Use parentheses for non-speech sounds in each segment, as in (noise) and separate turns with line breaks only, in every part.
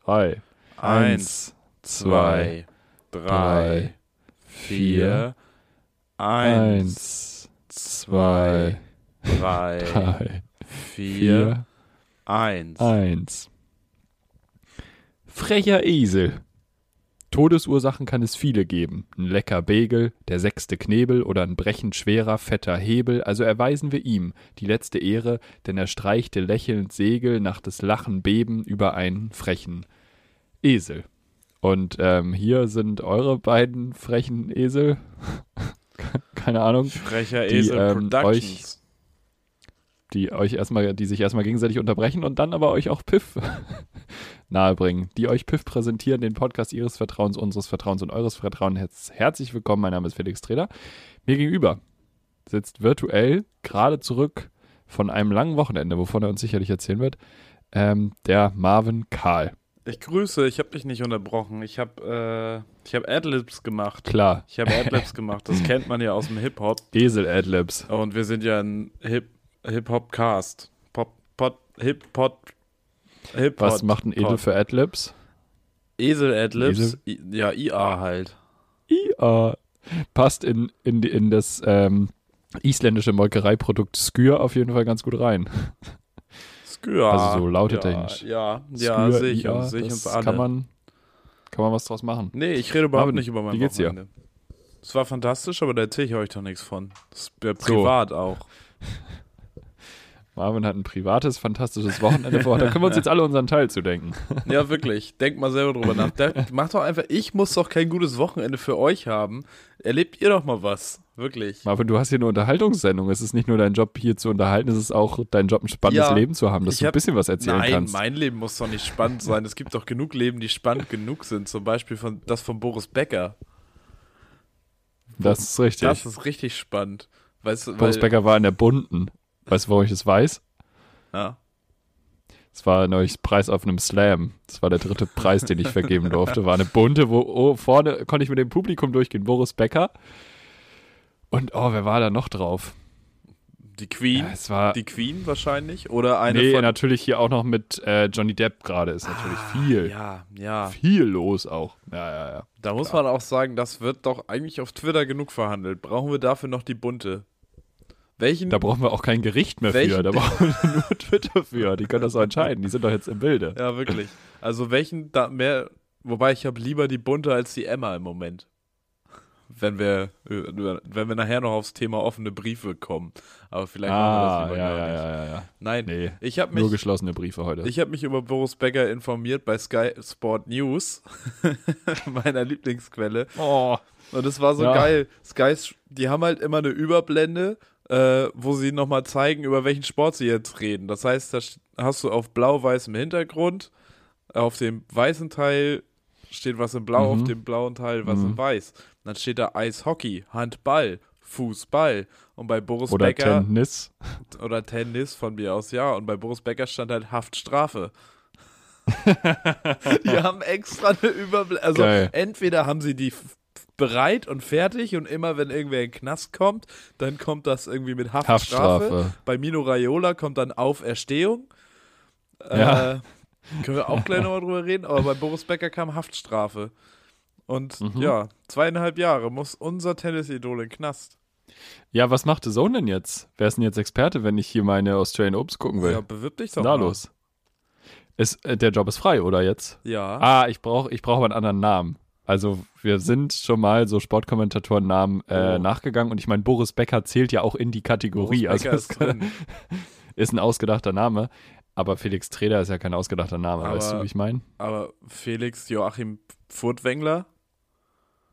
drei.
Eins, zwei, drei, vier, eins,
eins,
zwei, (laughs) drei,
drei,
vier,
vier,
eins.
eins. Frecher Esel. Todesursachen kann es viele geben. Ein lecker Begel, der sechste Knebel oder ein brechend schwerer, fetter Hebel. Also erweisen wir ihm die letzte Ehre, denn er streichte lächelnd Segel nach des Lachen Beben über einen frechen Esel. Und ähm, hier sind eure beiden frechen Esel. (laughs) Keine Ahnung.
Frecher
die,
Esel
ähm,
Productions.
die euch erstmal, die sich erstmal gegenseitig unterbrechen und dann aber euch auch Piff (laughs) nahebringen, die euch Piff präsentieren, den Podcast ihres Vertrauens, unseres Vertrauens und eures Vertrauens. Herz- Herzlich willkommen, mein Name ist Felix Treder. Mir gegenüber sitzt virtuell gerade zurück von einem langen Wochenende, wovon er uns sicherlich erzählen wird, ähm, der Marvin Karl.
Ich grüße, ich habe dich nicht unterbrochen. Ich habe äh, ich hab Adlibs gemacht.
Klar,
Ich habe (laughs) Adlibs gemacht, das kennt man ja aus dem Hip-Hop.
Esel-Adlibs.
Und wir sind ja ein Hip- Hip-Hop-Cast. Pop, Pot, Hip-Pod, Hip-Hop.
Was macht ein Edel für Adlibs?
Esel-Adlibs? I- Ja, IA halt.
IA. Passt in, in, die- in das ähm, isländische Molkereiprodukt Skür auf jeden Fall ganz gut rein.
Skür.
Also so laute
ja,
technisch.
Ja, ja,
Skür,
sehe ich,
IA,
uns, sehe ich
das
uns alle.
Kann man, kann man was draus machen.
nee, ich rede überhaupt
Marvin,
nicht über mein
wie geht's dir?
Wochenende. Es war fantastisch, aber da erzähle ich euch doch nichts von. Das ist ja
So. (laughs)
privat auch.
Marvin hat ein privates, fantastisches Wochenende vor. Da können wir uns jetzt alle unseren Teil zu denken.
Ja, wirklich. Denkt mal selber drüber nach. Da, macht doch einfach, ich muss doch kein gutes Wochenende für euch haben. Erlebt ihr doch mal was. Wirklich.
Marvin, du hast hier eine Unterhaltungssendung. Es ist nicht nur dein Job, hier zu unterhalten, es ist auch dein Job, ein spannendes
Ja,
Leben zu haben, dass
ich
du ein
hab-
bisschen was erzählen
Nein,
kannst.
mein Leben muss doch nicht spannend sein. Es gibt doch genug Leben, die spannend genug sind. Zum Beispiel von, das von Boris Becker.
das ist richtig.
Das ist richtig spannend. Weißt du,
Boris
weil-
Becker war in der bunten. Weißt du, warum ich das weiß?
Ja.
Es war neulich Preis auf einem Slam. Das war der dritte Preis, den ich vergeben durfte. War eine bunte, wo oh, vorne konnte ich mit dem Publikum durchgehen. Boris Becker. Und oh, wer war da noch drauf?
Die Queen.
Ja, es war
die Queen wahrscheinlich. Oder eine
nee,
von.
natürlich hier auch noch mit äh, Johnny Depp gerade ist natürlich viel,
Ah, Ja, ja.
viel los auch. Ja, ja, ja.
Da muss man auch sagen, das wird doch eigentlich auf Twitter genug verhandelt. Brauchen wir dafür noch die bunte? Welchen,
Da brauchen wir auch kein Gericht mehr für.
Welchen-
Da brauchen wir nur Twitter für. Die können das auch entscheiden. Die sind doch jetzt im Bilde.
Ja, wirklich. Also welchen da mehr. Wobei ich habe lieber die bunte als die Emma im Moment. Wenn wir, wenn wir nachher noch aufs Thema offene Briefe kommen. Aber vielleicht
ah,
machen wir das lieber
ja,
gar
ja,
nicht.
ja, ja, ja.
Nein,
Nee,
ich habe
nur
mich,
geschlossene Briefe heute.
ich hab mich über Boris Becker informiert bei Sky Sport News, (laughs) meiner Lieblingsquelle.
oh,
Und es war so
Ja.
geil. Sky, die haben halt immer eine Überblende, äh, wo sie nochmal zeigen, über welchen Sport sie jetzt reden. Das heißt, da sch- hast du auf blau-weißem Hintergrund, auf dem weißen Teil steht was in blau,
Mhm.
auf dem blauen Teil was in weiß. Und dann steht da Eishockey, Handball, Fußball. Und bei Boris
oder
Becker
Tennis.
oder Tennis von mir aus, ja. Und bei Boris Becker stand
(laughs)
halt Haftstrafe. die haben extra eine Überblick. Also
Geil.
entweder haben sie die f- bereit und fertig und immer wenn irgendwer in den Knast kommt, dann kommt das irgendwie mit Haftstrafe.
Haftstrafe.
Bei Mino Raiola kommt dann Auferstehung.
Ja.
Äh, können wir auch gleich nochmal drüber reden, aber bei Boris Becker kam Haftstrafe. Und
Mhm.
ja, zweieinhalb Jahre muss unser Tennisidol in den Knast.
Ja, was macht The Zone denn jetzt? Wer ist denn jetzt Experte, wenn ich hier meine Australian Ops gucken will?
Ja, bewirb dich doch
Na
mal.
los. Ist, äh, der Job ist frei, oder jetzt?
Ja.
Ah, ich brauche ich brauch einen anderen Namen. Also wir sind schon mal so Sportkommentatoren-Namen äh,
Oh.
nachgegangen und ich meine, Boris Becker zählt ja auch in die Kategorie.
Boris
Also
Becker
es
ist drin.
(laughs) ist ein ausgedachter Name, aber Felix Treder ist ja kein ausgedachter Name,
Aber-
weißt du, wie ich meine?
Aber Felix Joachim Furtwängler,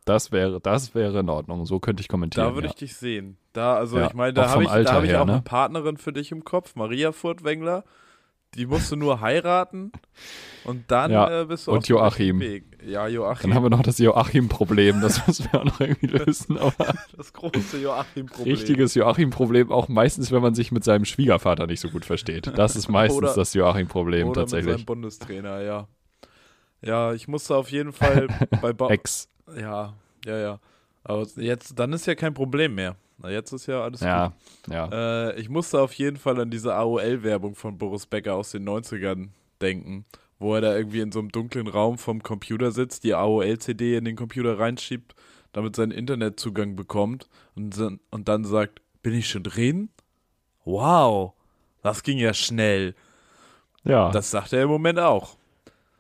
Das wäre, das wäre in Ordnung, so könnte ich kommentieren.
da würde
ja.
ich dich sehen. Da, also
Ja,
ich meine,
auch
da
vom
habe ich,
Alter
da hab ich
her,
auch
ne?
eine Partnerin für dich im Kopf, Maria Furtwängler. Die musst du nur heiraten und dann
Ja,
äh, bist du
und
auf dem
Joachim.
richtigen Weg. Ja,
Dann
Joachim,
haben wir noch das Joachim-Problem, das
(laughs)
müssen wir auch noch irgendwie lösen. Aber
das große Joachim-Problem.
richtiges Joachim-Problem auch meistens, wenn man sich mit seinem Schwiegervater nicht so gut versteht. Das ist meistens
Oder-
das Joachim-Problem
Oder mit seinem
tatsächlich.
Bundestrainer, ja. Ja, ich musste auf
(laughs)
jeden Fall bei ba
Ex.
Ja, ja, ja. Aber jetzt, dann ist ja kein Problem mehr. Na, jetzt ist ja alles gut.
Ja, ja.
Äh, ich musste auf jeden Fall an diese AOL-Werbung von Boris Becker aus den 90ern denken, wo er da irgendwie in so einem dunklen Raum vom Computer sitzt, die AOL-CD in den Computer reinschiebt, damit seinen Internetzugang bekommt und, dann- und dann sagt, bin ich schon drin? Wow, das ging ja schnell.
Ja,
Das sagt er im Moment auch.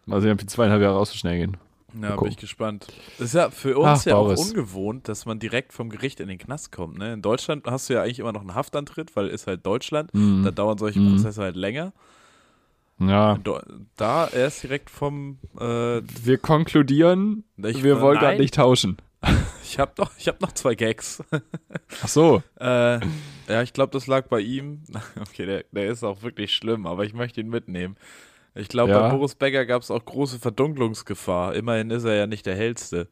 mal sehen, ob die zweieinhalb Jahre auch so schnell gehen.
Na, bin
gucken.
ich gespannt. Das ist ja für uns
Ach,
ja auch
Boris.
ungewohnt, dass man direkt vom Gericht in den Knast kommt. Ne? In Deutschland hast du ja eigentlich immer noch einen Haftantritt, weil ist halt Deutschland.
Mhm.
Da dauern solche
Mhm.
Prozesse halt länger.
Ja,
Do- Da erst direkt vom. Äh,
wir konkludieren,
ich,
wir wollen
nein,
gerade nicht tauschen.
Ich habe noch, ich hab noch zwei Gags. (laughs)
Ach so,
Äh, ja, ich glaube, das lag bei ihm. (laughs) Okay, der, der ist auch wirklich schlimm, aber ich möchte ihn mitnehmen. Ich glaube,
Ja.
bei Boris Becker gab es auch große Verdunklungsgefahr. Immerhin ist er ja nicht der hellste.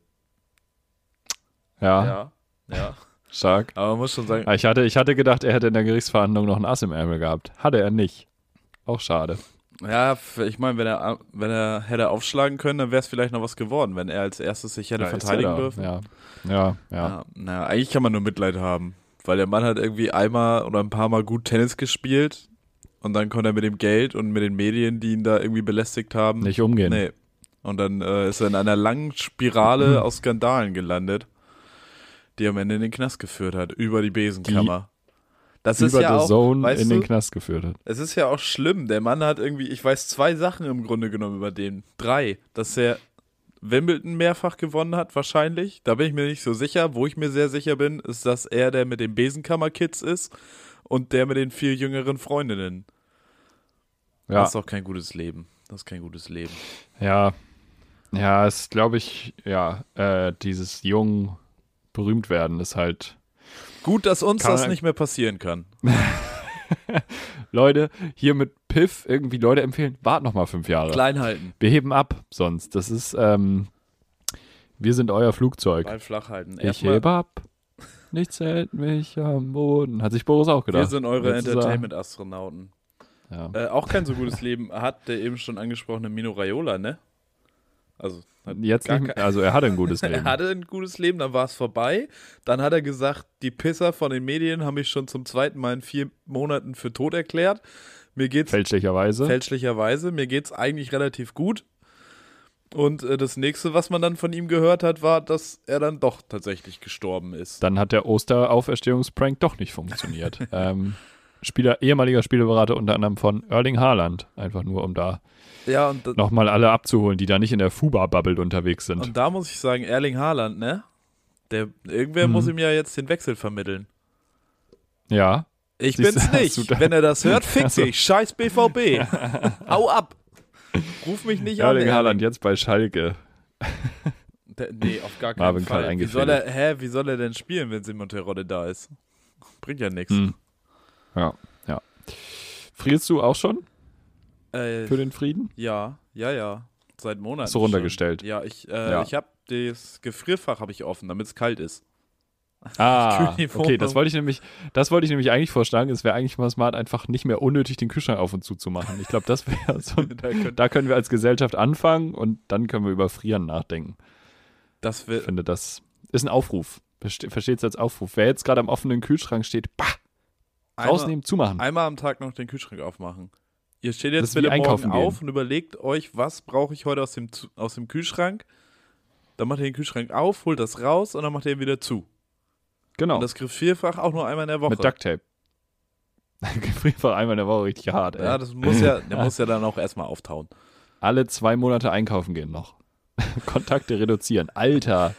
ja,
ja. ja.
stark.
Aber man muss schon sagen,
Ah, Ich hatte, ich hatte gedacht, er hätte in der Gerichtsverhandlung noch ein Ass im Ärmel gehabt. Hatte er nicht. Auch schade.
Ja, f- ich meine, wenn er, wenn er hätte aufschlagen können, dann wäre es vielleicht noch was geworden, wenn er als erstes sich hätte
Ja, ist
verteidigen
ja da.
dürfen.
Ja, ja, ja.
Ja, na, eigentlich kann man nur Mitleid haben, weil der Mann hat irgendwie einmal oder ein paar Mal gut Tennis gespielt und dann konnte er mit dem Geld und mit den Medien, die ihn da irgendwie belästigt haben,
Nicht umgehen.
Nee. Und dann äh, ist er in einer langen
Mhm.
Spirale aus Skandalen gelandet, die am Ende in den Knast geführt hat, über die Besenkammer. das
Über
ja
der
auch,
Zone
weißt
in
du,
den Knast geführt hat.
es ist ja auch schlimm. Der Mann hat irgendwie, ich weiß zwei Sachen im Grunde genommen über den. Drei. Dass er Wimbledon mehrfach gewonnen hat, wahrscheinlich. Da bin ich mir nicht so sicher. Wo ich mir sehr sicher bin, ist, dass er der mit den Besenkammerkids ist und der mit den viel jüngeren Freundinnen.
Ja,
Das ist doch kein gutes Leben. Das ist kein gutes Leben.
ja. Ja, es glaube ich, ja, äh, dieses jung berühmt werden ist halt.
Gut, dass uns
Kann
das
er-
nicht mehr passieren kann.
Leute, hier mit Piff irgendwie Leute empfehlen, wart noch mal fünf Jahre.
Klein halten.
Wir heben ab sonst. Das ist, ähm, wir sind euer Flugzeug.
Ball flach halten.
Ich
Erstmal,
hebe ab. Nichts hält mich am Boden. Hat sich Boris auch gedacht.
wir sind eure
Jetzt ist er-
Entertainment-Astronauten.
Ja.
Äh, auch kein so gutes Leben hat der eben schon angesprochene Mino Raiola, ne? Also, hat
Jetzt
gar
nicht, mehr-
kein-
also er hatte ein
(laughs)
gutes
Er
Leben.
hatte ein gutes Leben, dann war es vorbei. Dann hat er gesagt, die Pisser von den Medien haben mich schon zum zweiten Mal in vier Monaten für tot erklärt. Mir geht's
Fälschlicherweise.
fälschlicherweise, mir geht's eigentlich relativ gut. Und äh, das nächste, was man dann von ihm gehört hat, war, dass er dann doch tatsächlich gestorben ist.
Dann hat der Osterauferstehungsprank doch nicht
(laughs)
funktioniert. ähm, Spieler, ehemaliger Spieleberater unter anderem von Erling Haaland. Einfach nur, um da
Ja, und, da-
nochmal alle abzuholen, die da nicht in der Fuba-Bubble unterwegs sind.
und da muss ich sagen, Erling Haaland, ne? Der, irgendwer
Mhm.
muss ihm ja jetzt den Wechsel vermitteln.
ja,
Ich
Siehst du,
bin's
hast du
nicht.
da-
Wenn er
(laughs)
das hört, fick
Also-
dich.
(laughs)
Scheiß BVB. Hau ab. Ruf mich nicht an.
Erling Haaland jetzt bei Schalke.
Der, nee, auf gar keinen
Marvin Karl
Fall. Wie soll, er, hä, wie soll er denn spielen, wenn Simon Terodde da ist? Bringt ja nichts.
Hm. Ja, ja. Frierst du auch schon
Äh,
für den Frieden?
ja, ja, ja. Seit Monaten.
Hast du runtergestellt?
Schon. Ja, ich, äh,
Ja.
ich habe das Gefrierfach habe ich offen, damit es kalt ist.
Ah,
Kühl die Wohnung.
okay, das wollte ich nämlich, das wollte ich nämlich eigentlich vorschlagen. Es wäre eigentlich mal smart, einfach nicht mehr unnötig den Kühlschrank auf und zu zu machen. Ich glaube, das wäre (laughs) so. ein-
Da
(laughs)
könnt-
Da können wir als Gesellschaft anfangen und dann können wir über Frieren nachdenken.
Das will,
Ich finde, das ist ein Aufruf. Versteht es als Aufruf. Wer jetzt gerade am offenen Kühlschrank steht, bah,
einmal,
rausnehmen, zumachen.
einmal am Tag noch den Kühlschrank aufmachen. Ihr steht
Das
jetzt
ist wie
bitte morgen
einkaufen gehen.
auf und überlegt euch, was brauche ich heute aus dem, Zu- aus dem Kühlschrank. Dann macht ihr den Kühlschrank auf, holt das raus und dann macht ihr ihn wieder zu.
Genau.
Und das Gefrierfach auch nur einmal in der Woche.
Mit Duct Tape. (laughs) Gefrierfach einmal in der Woche richtig hart, ey.
Ja, das muss ja, der muss ja dann auch erstmal auftauen.
Alle zwei Monate einkaufen gehen noch. (laughs) Kontakte reduzieren. Alter,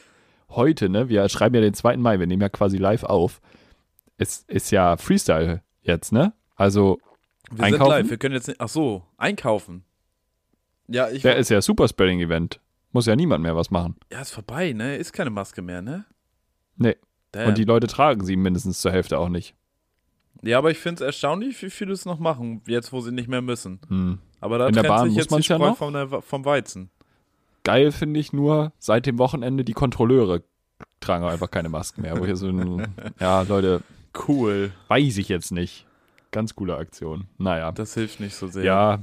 heute, ne? Wir schreiben ja den 2. Mai, wir nehmen ja quasi live auf. Es ist ja Freestyle jetzt, ne? Also,
Wir sind
Einkaufen?
live, wir können jetzt nicht. Ach so, einkaufen. Ja, ich.
der ist ja Super Spelling Event. Muss ja niemand mehr was machen.
ja, ist vorbei, ne? Ist keine Maske mehr, ne?
Nee.
Damn.
Und die Leute tragen sie mindestens zur Hälfte auch nicht.
ja, aber ich finde es erstaunlich, wie viele es noch machen, jetzt wo sie nicht mehr müssen.
Hm.
Aber da
In der
trennt
Bahn
sich
muss
jetzt die
man's ja
Spreu
noch.
vom, der- vom Weizen.
Geil finde ich nur, seit dem Wochenende die Kontrolleure tragen auch einfach keine Masken mehr. Wo hier so ein, ja, Leute,
Cool.
weiß ich jetzt nicht. Ganz coole Aktion. Naja.
Das hilft nicht so sehr.
Ja.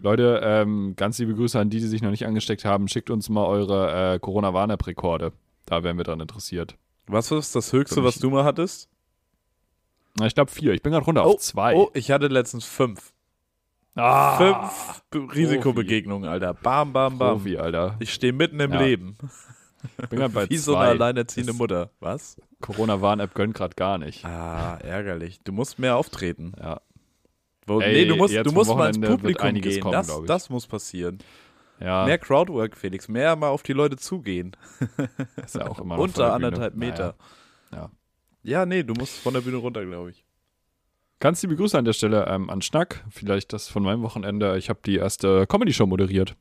Leute, ähm, ganz liebe Grüße an die, die sich noch nicht angesteckt haben. Schickt uns mal eure äh, Corona-Warn-App-Rekorde. Da wären wir dran interessiert.
Was ist das Höchste,
Für mich-
was du mal hattest?
Na, ich glaube vier. Ich bin gerade runter auf zwei.
Oh, ich hatte letztens fünf.
Ah,
oh, Fünf Be- Risikobegegnungen, Alter. Bam, bam, bam.
Profi, Alter.
Ich stehe mitten im
Ja.
Leben.
Ich bin gerade bei
(laughs) Wie so eine
zwei.
alleinerziehende
Das-
Mutter. Was?
Corona-Warn-App gönnt gerade gar nicht.
Ah, ärgerlich. Du musst mehr auftreten.
Ja.
Wo,
Ey,
nee, du musst,
jetzt
du
am
musst mal ins
Wochenende wird
Publikum
einiges
gehen.
kommen,
das,
glaub ich.
das muss passieren.
Ja,
Mehr Crowdwork, Felix. Mehr mal auf die Leute zugehen.
ist ja auch immer noch vor
Unter
der Bühne.
anderthalb Meter.
Naja. Ja.
Ja, nee, du musst von der Bühne runter, glaube ich.
Ganz liebe Grüße an der Stelle ähm, an Schnack. Vielleicht das von meinem Wochenende. Ich habe die erste Comedy-Show moderiert.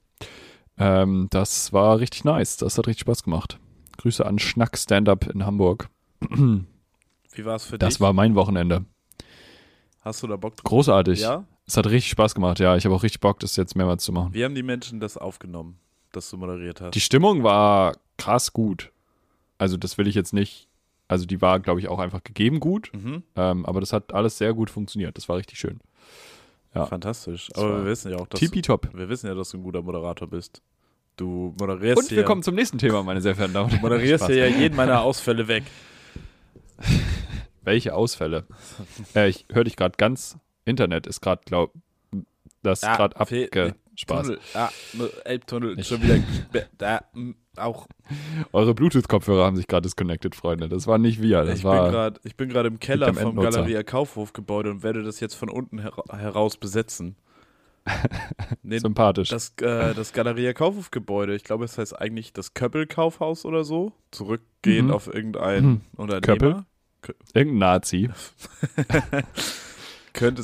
Ähm, das war richtig nice. Das hat richtig Spaß gemacht. Grüße an Schnack Stand-Up in Hamburg.
Wie war es für
Das
dich?
war mein Wochenende.
Hast du da Bock drauf?
Großartig.
Ja?
Es hat richtig Spaß gemacht. Ja, ich habe auch richtig Bock, das jetzt mehrmals zu machen.
Wie haben die Menschen das aufgenommen, dass du moderiert hast?
Die Stimmung war krass gut. Also das will ich jetzt nicht. Also die war, glaube ich, auch einfach gegeben gut.
mhm.
Ähm, aber das hat alles sehr gut funktioniert. Das war richtig schön. Ja.
Fantastisch.
Das
Aber
war
wir wissen ja auch, dass du,
Tippitopp.
wir wissen ja, dass du ein guter Moderator bist. Du moderierst
Und
hier,
wir kommen zum nächsten Thema, meine sehr verehrten Damen und
du moderierst
Spaß.
hier ja jeden meiner Ausfälle weg.
Welche
(laughs)
Ausfälle? äh, ich höre dich gerade ganz. Internet ist gerade, glaub, das
Ja,
gerade
fehl-
abge. Spaß.
Tunnel, ah, ne, Elbtunnel,
Ich- (laughs)
schon wieder. gesperrt. Da, mm, auch.
Eure Bluetooth-Kopfhörer haben sich gerade disconnected, Freunde. Das war nicht wir. Das
Ich bin
war.
grad- ich bin gerade im Keller
liegt am
vom
Endnutzer.
Galeria Kaufhofgebäude und werde das jetzt von unten her heraus besetzen.
(laughs)
Nee,
Sympathisch.
das, äh, das Galeria Kaufhofgebäude, ich glaube, es heißt eigentlich das Köppel Kaufhaus oder so. Zurückgehend
Mhm.
auf irgendein
Mhm.
Unternehmer.
Köppel? Irgendein Nazi.
Könnte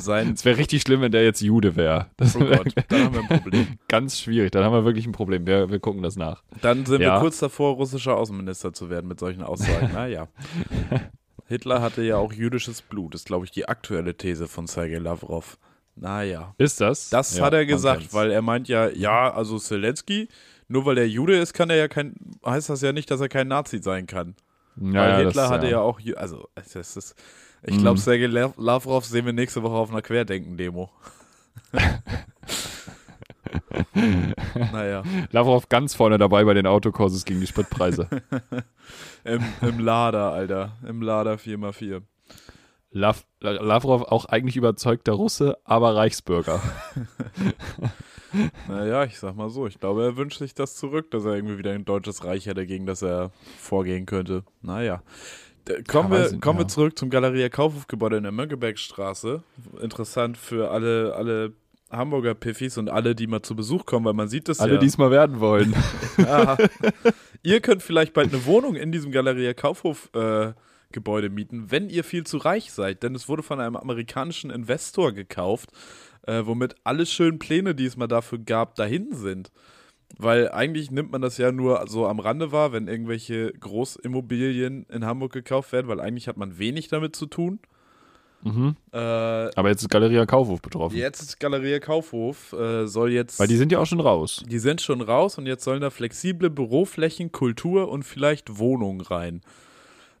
(laughs)
sein.
Es wäre richtig schlimm, wenn der jetzt Jude wäre. Das
Oh
wäre
Gott, da haben wir ein Problem.
ganz schwierig. Dann haben wir wirklich ein Problem. Wir, wir gucken das nach.
Dann sind
Ja.
wir kurz davor, russischer Außenminister zu werden mit solchen Aussagen.
(laughs)
Naja. Hitler hatte ja auch jüdisches Blut, ist, glaube ich, die aktuelle These von Sergei Lavrov. Naja.
Ist das?
Das
Ja,
hat er
man
gesagt,
kennt's.
weil er meint ja, ja, also Zelensky, nur weil er Jude ist, kann er ja kein, heißt das ja nicht, dass er kein Nazi sein kann.
ja,
weil
ja,
Hitler
das,
hatte ja,
ja. Mhm.
auch, Ju- also, es ist, ich glaube, Sergei Lav- Lavrov sehen wir nächste Woche auf
(laughs)
einer Querdenken-Demo. (laughs) naja,
Lavrov ganz vorne dabei bei den Autokurses gegen die
(laughs)
Spritpreise.
im, im Lader, Alter, im Lader 4x4.
Lav Lavrov auch eigentlich überzeugter Russe, aber
(laughs)
Reichsbürger.
Naja, ich sag mal so, ich glaube, er wünscht sich das zurück, dass er irgendwie wieder ein deutsches Reich hätte, gegen das er vorgehen könnte. Naja. D- Kommen,
Ja, weiß
wir,
ich-
kommen
ja.
wir zurück zum Galeria Kaufhofgebäude in der Mönckebergstraße. Interessant für alle, alle Hamburger Piffis und alle, die mal zu Besuch kommen, weil man sieht das
Alle,
ja.
die es mal werden wollen.
Ja. (laughs) ihr könnt vielleicht bald eine Wohnung in diesem Galeria Kaufhof äh, Gebäude mieten, wenn ihr viel zu reich seid, denn es wurde von einem amerikanischen Investor gekauft, äh, womit alle schönen Pläne, die es mal dafür gab, dahin sind. Weil eigentlich nimmt man das ja nur so am Rande wahr, wenn irgendwelche Großimmobilien in Hamburg gekauft werden, weil eigentlich hat man wenig damit zu tun.
Mhm.
Äh,
Aber jetzt ist Galeria Kaufhof betroffen.
jetzt ist Galeria Kaufhof, äh, soll jetzt.
Weil die sind ja auch schon raus.
Die sind schon raus und jetzt sollen da flexible Büroflächen, Kultur und vielleicht Wohnungen rein.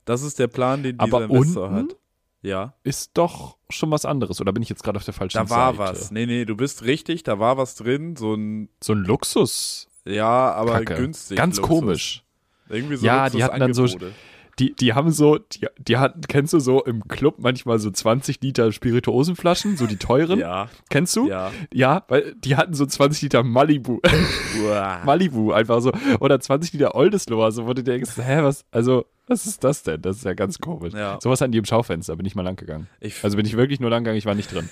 Das ist der Plan, den dieser
Aber
Investor
unten
hat. Ja,
ist doch schon was anderes. Oder bin ich jetzt gerade auf der falschen
da war
Seite?
was. Nee, nee, du bist richtig, da war was drin. So ein,
So ein Luxus.
ja, aber
Kacke.
günstig.
Ganz
Luxus.
komisch.
Irgendwie so
Ja, die hatten dann so-
Luxusangebote.
Die, die haben so, die, die hatten, kennst du so im Club manchmal so 20 Liter Spirituosenflaschen, so die teuren?
(laughs) Ja,
Kennst du?
ja.
Ja, weil die hatten so 20 Liter Malibu, (laughs)
Uah.
Malibu einfach so oder 20 Liter Oldesloe, so wo du denkst, hä, was, also, was ist das denn? Das ist ja ganz komisch.
Ja.
Sowas an die im Schaufenster, bin ich mal lang gegangen.
Ich,
Also bin ich wirklich nur lang gegangen, ich war nicht drin.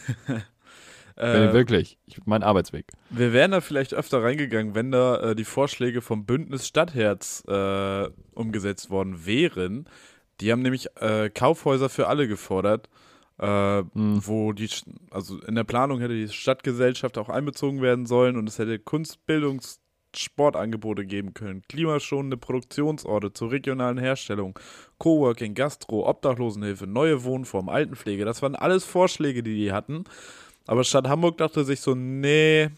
äh,
wirklich, ich, mein Arbeitsweg.
Wir wären da vielleicht öfter reingegangen, wenn da äh, die Vorschläge vom Bündnis Stadtherz äh, umgesetzt worden wären. Die haben nämlich äh, Kaufhäuser für alle gefordert, äh, wo die, Sch- also in der Planung hätte die Stadtgesellschaft auch einbezogen werden sollen und es hätte Kunst, Bildungs, Sportangebote geben können, klimaschonende Produktionsorte zur regionalen Herstellung, Coworking, Gastro, Obdachlosenhilfe, neue Wohnformen, Altenpflege. Das waren alles Vorschläge, die die hatten. Aber Stadt Hamburg dachte sich so, nee,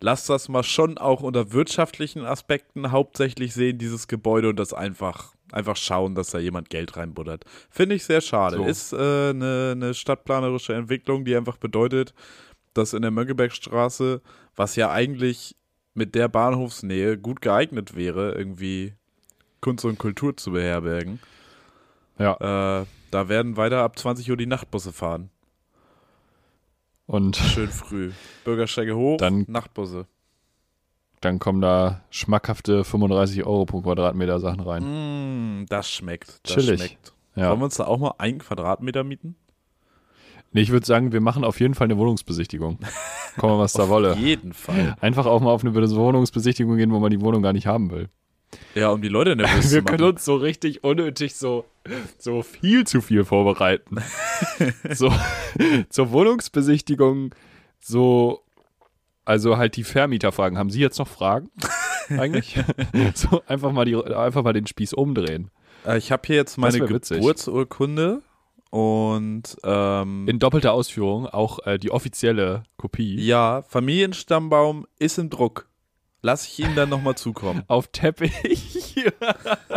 lass das mal schon auch unter wirtschaftlichen Aspekten hauptsächlich sehen, dieses Gebäude und das einfach, einfach schauen, dass da jemand Geld reinbuttert. Finde ich sehr schade.
So.
Ist äh, eine eine stadtplanerische Entwicklung, die einfach bedeutet, dass in der Mönckebergstraße, was ja eigentlich mit der Bahnhofsnähe gut geeignet wäre, irgendwie Kunst und Kultur zu beherbergen,
Ja,
äh, da werden weiter ab 20 Uhr die Nachtbusse fahren.
Und
Schön früh. Bürgersteige hoch,
Dann-
Nachtbusse.
dann kommen da schmackhafte 35 Euro pro Quadratmeter Sachen rein.
Mm, das schmeckt. Das
Chillig.
schmeckt. Wollen
Ja.
wir uns da auch mal einen Quadratmeter mieten?
Nee, ich würde sagen, wir machen auf jeden Fall eine Wohnungsbesichtigung. Kommen wir, was da
Auf (laughs)
wolle.
jeden Fall.
Einfach auch mal auf eine Wohnungsbesichtigung gehen, wo man die Wohnung gar nicht haben will.
Ja, um die
(laughs)
Leute nervös zu
Wir
machen.
können uns so richtig unnötig so, so viel zu viel (laughs) vorbereiten. so, zur Wohnungsbesichtigung, so, also halt die Vermieter fragen. Haben Sie jetzt noch (laughs) Fragen? Eigentlich? so, einfach mal, die, einfach mal den Spieß umdrehen.
Äh, ich habe hier jetzt meine
wär witzig.
Geburtsurkunde und ähm,
In doppelter Ausführung, auch äh, die offizielle Kopie.
ja, Familienstammbaum ist im Druck. Lass ich Ihnen dann nochmal zukommen.
Auf Teppich. (laughs)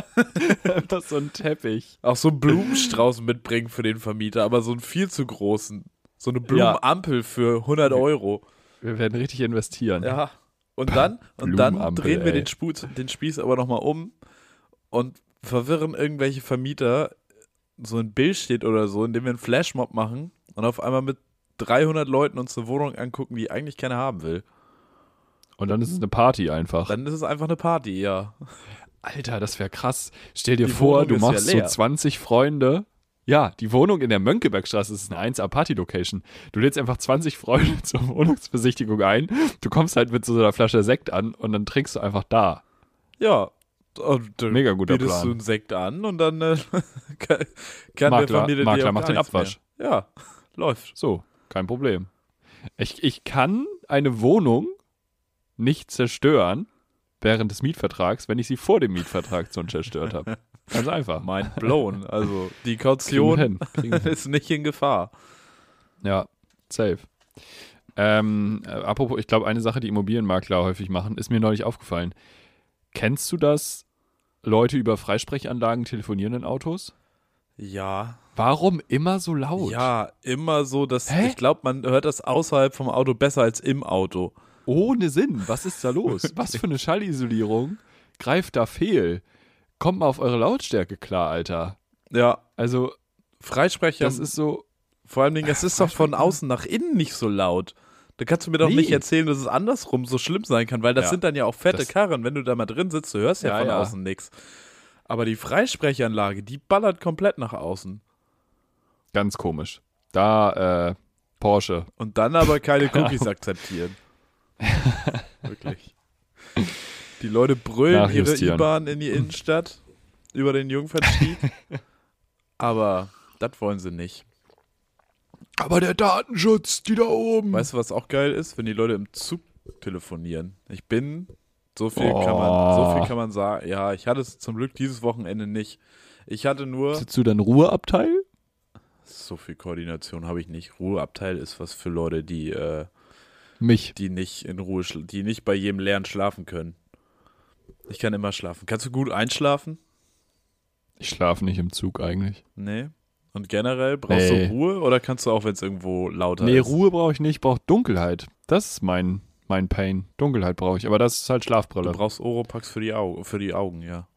Einfach so ein Teppich.
Auch so einen Blumenstrauß mitbringen für den Vermieter, aber so einen viel zu großen. So eine Blumenampel für 100 Euro.
Wir werden richtig investieren.
Ja. Und dann, und dann
Blumenampel,
drehen wir
ey.
den, Spuz, den Spieß aber nochmal um und verwirren irgendwelche Vermieter, so ein Bild steht oder so, indem wir einen Flashmob machen und auf einmal mit 300 Leuten uns eine Wohnung angucken, die eigentlich keiner haben will.
Und dann ist es eine Party einfach.
Dann ist es einfach eine Party, ja.
Alter, das wäre krass. Stell dir
Die
vor,
Wohnung
du
ist ja
machst
leer.
so 20 Freunde. Ja, die Wohnung in der Mönckebergstraße ist eine 1A-Party-Location. Du lädst einfach 20 Freunde (laughs) zur Wohnungsbesichtigung ein. Du kommst halt mit so einer Flasche Sekt an und dann trinkst du einfach da.
Ja. Und äh, dann
Mega guter
bietest du
Plan.
einen Sekt an und dann äh, (laughs) kann, kann der
Makler,
Vermieter dir
Makler
auch
macht
gar
den
nichts mehr.
Abwasch.
Ja, (laughs) läuft.
So, kein Problem. Ich, ich kann eine Wohnung nicht zerstören während des Mietvertrags, wenn ich sie vor dem Mietvertrag schon zerstört
(laughs)
habe. Ganz einfach.
Mind blown. Also
(laughs)
die
Kriegen wir
Kaution
hin. Kriegen
(laughs)
wir hin.
ist nicht in Gefahr.
Ja, safe. Ähm, äh, apropos, ich glaube, eine Sache, die Immobilienmakler häufig machen, ist mir neulich aufgefallen. Kennst du das? Leute über Freisprechanlagen telefonieren in Autos?
Ja.
Warum immer so laut?
Ja, immer so, dass
Hä?
ich glaube, man hört das außerhalb vom Auto besser als im Auto.
Ohne Sinn. Was ist da (laughs) los? Was für eine Schallisolierung? Greift da fehl? Kommt mal auf eure Lautstärke klar, Alter.
Ja,
Also,
Freisprecher.
das ist so.
vor allem, das ist doch von außen nach innen nicht so laut. Da kannst du mir doch
Nee.
nicht erzählen, dass es andersrum so schlimm sein kann, weil das
Ja.
sind dann ja auch fette
Das-
Karren. Wenn du da mal drin sitzt, du hörst ja,
Ja,
von
ja.
außen nichts. Aber die Freisprechanlage, die ballert komplett nach außen.
Ganz komisch. Da, äh, Porsche.
Und dann aber keine Cookies akzeptieren. Wirklich. Die Leute brüllen ihre
Nachjustieren.
IBAN in die Innenstadt über
(laughs)
den Jungfernstieg. aber das wollen sie nicht.
Aber der Datenschutz, die da oben.
Weißt du, was auch geil ist? Wenn die Leute im Zug telefonieren. Ich bin, so viel,
Oh.
kann, man, so viel kann man sagen. Ja, ich hatte es zum Glück dieses Wochenende nicht. Ich hatte nur,
Sitzt du dann Ruheabteil?
so viel Koordination habe ich nicht. Ruheabteil ist was für Leute, die, äh,
Mich.
die nicht in Ruhe, schla- die nicht bei jedem Lernen schlafen können. Ich kann immer schlafen. Kannst du gut einschlafen?
Ich schlafe nicht im Zug eigentlich.
Nee. Und generell brauchst
Nee.
du Ruhe oder kannst du auch, wenn es irgendwo lauter
Nee,
ist?
Ruhe brauche ich nicht, brauche Dunkelheit. Das ist mein, mein Pain. Dunkelheit brauche ich. Aber das ist halt
Du
Schlafbrille.
brauchst Oropax für die Augen, für die Augen, ja.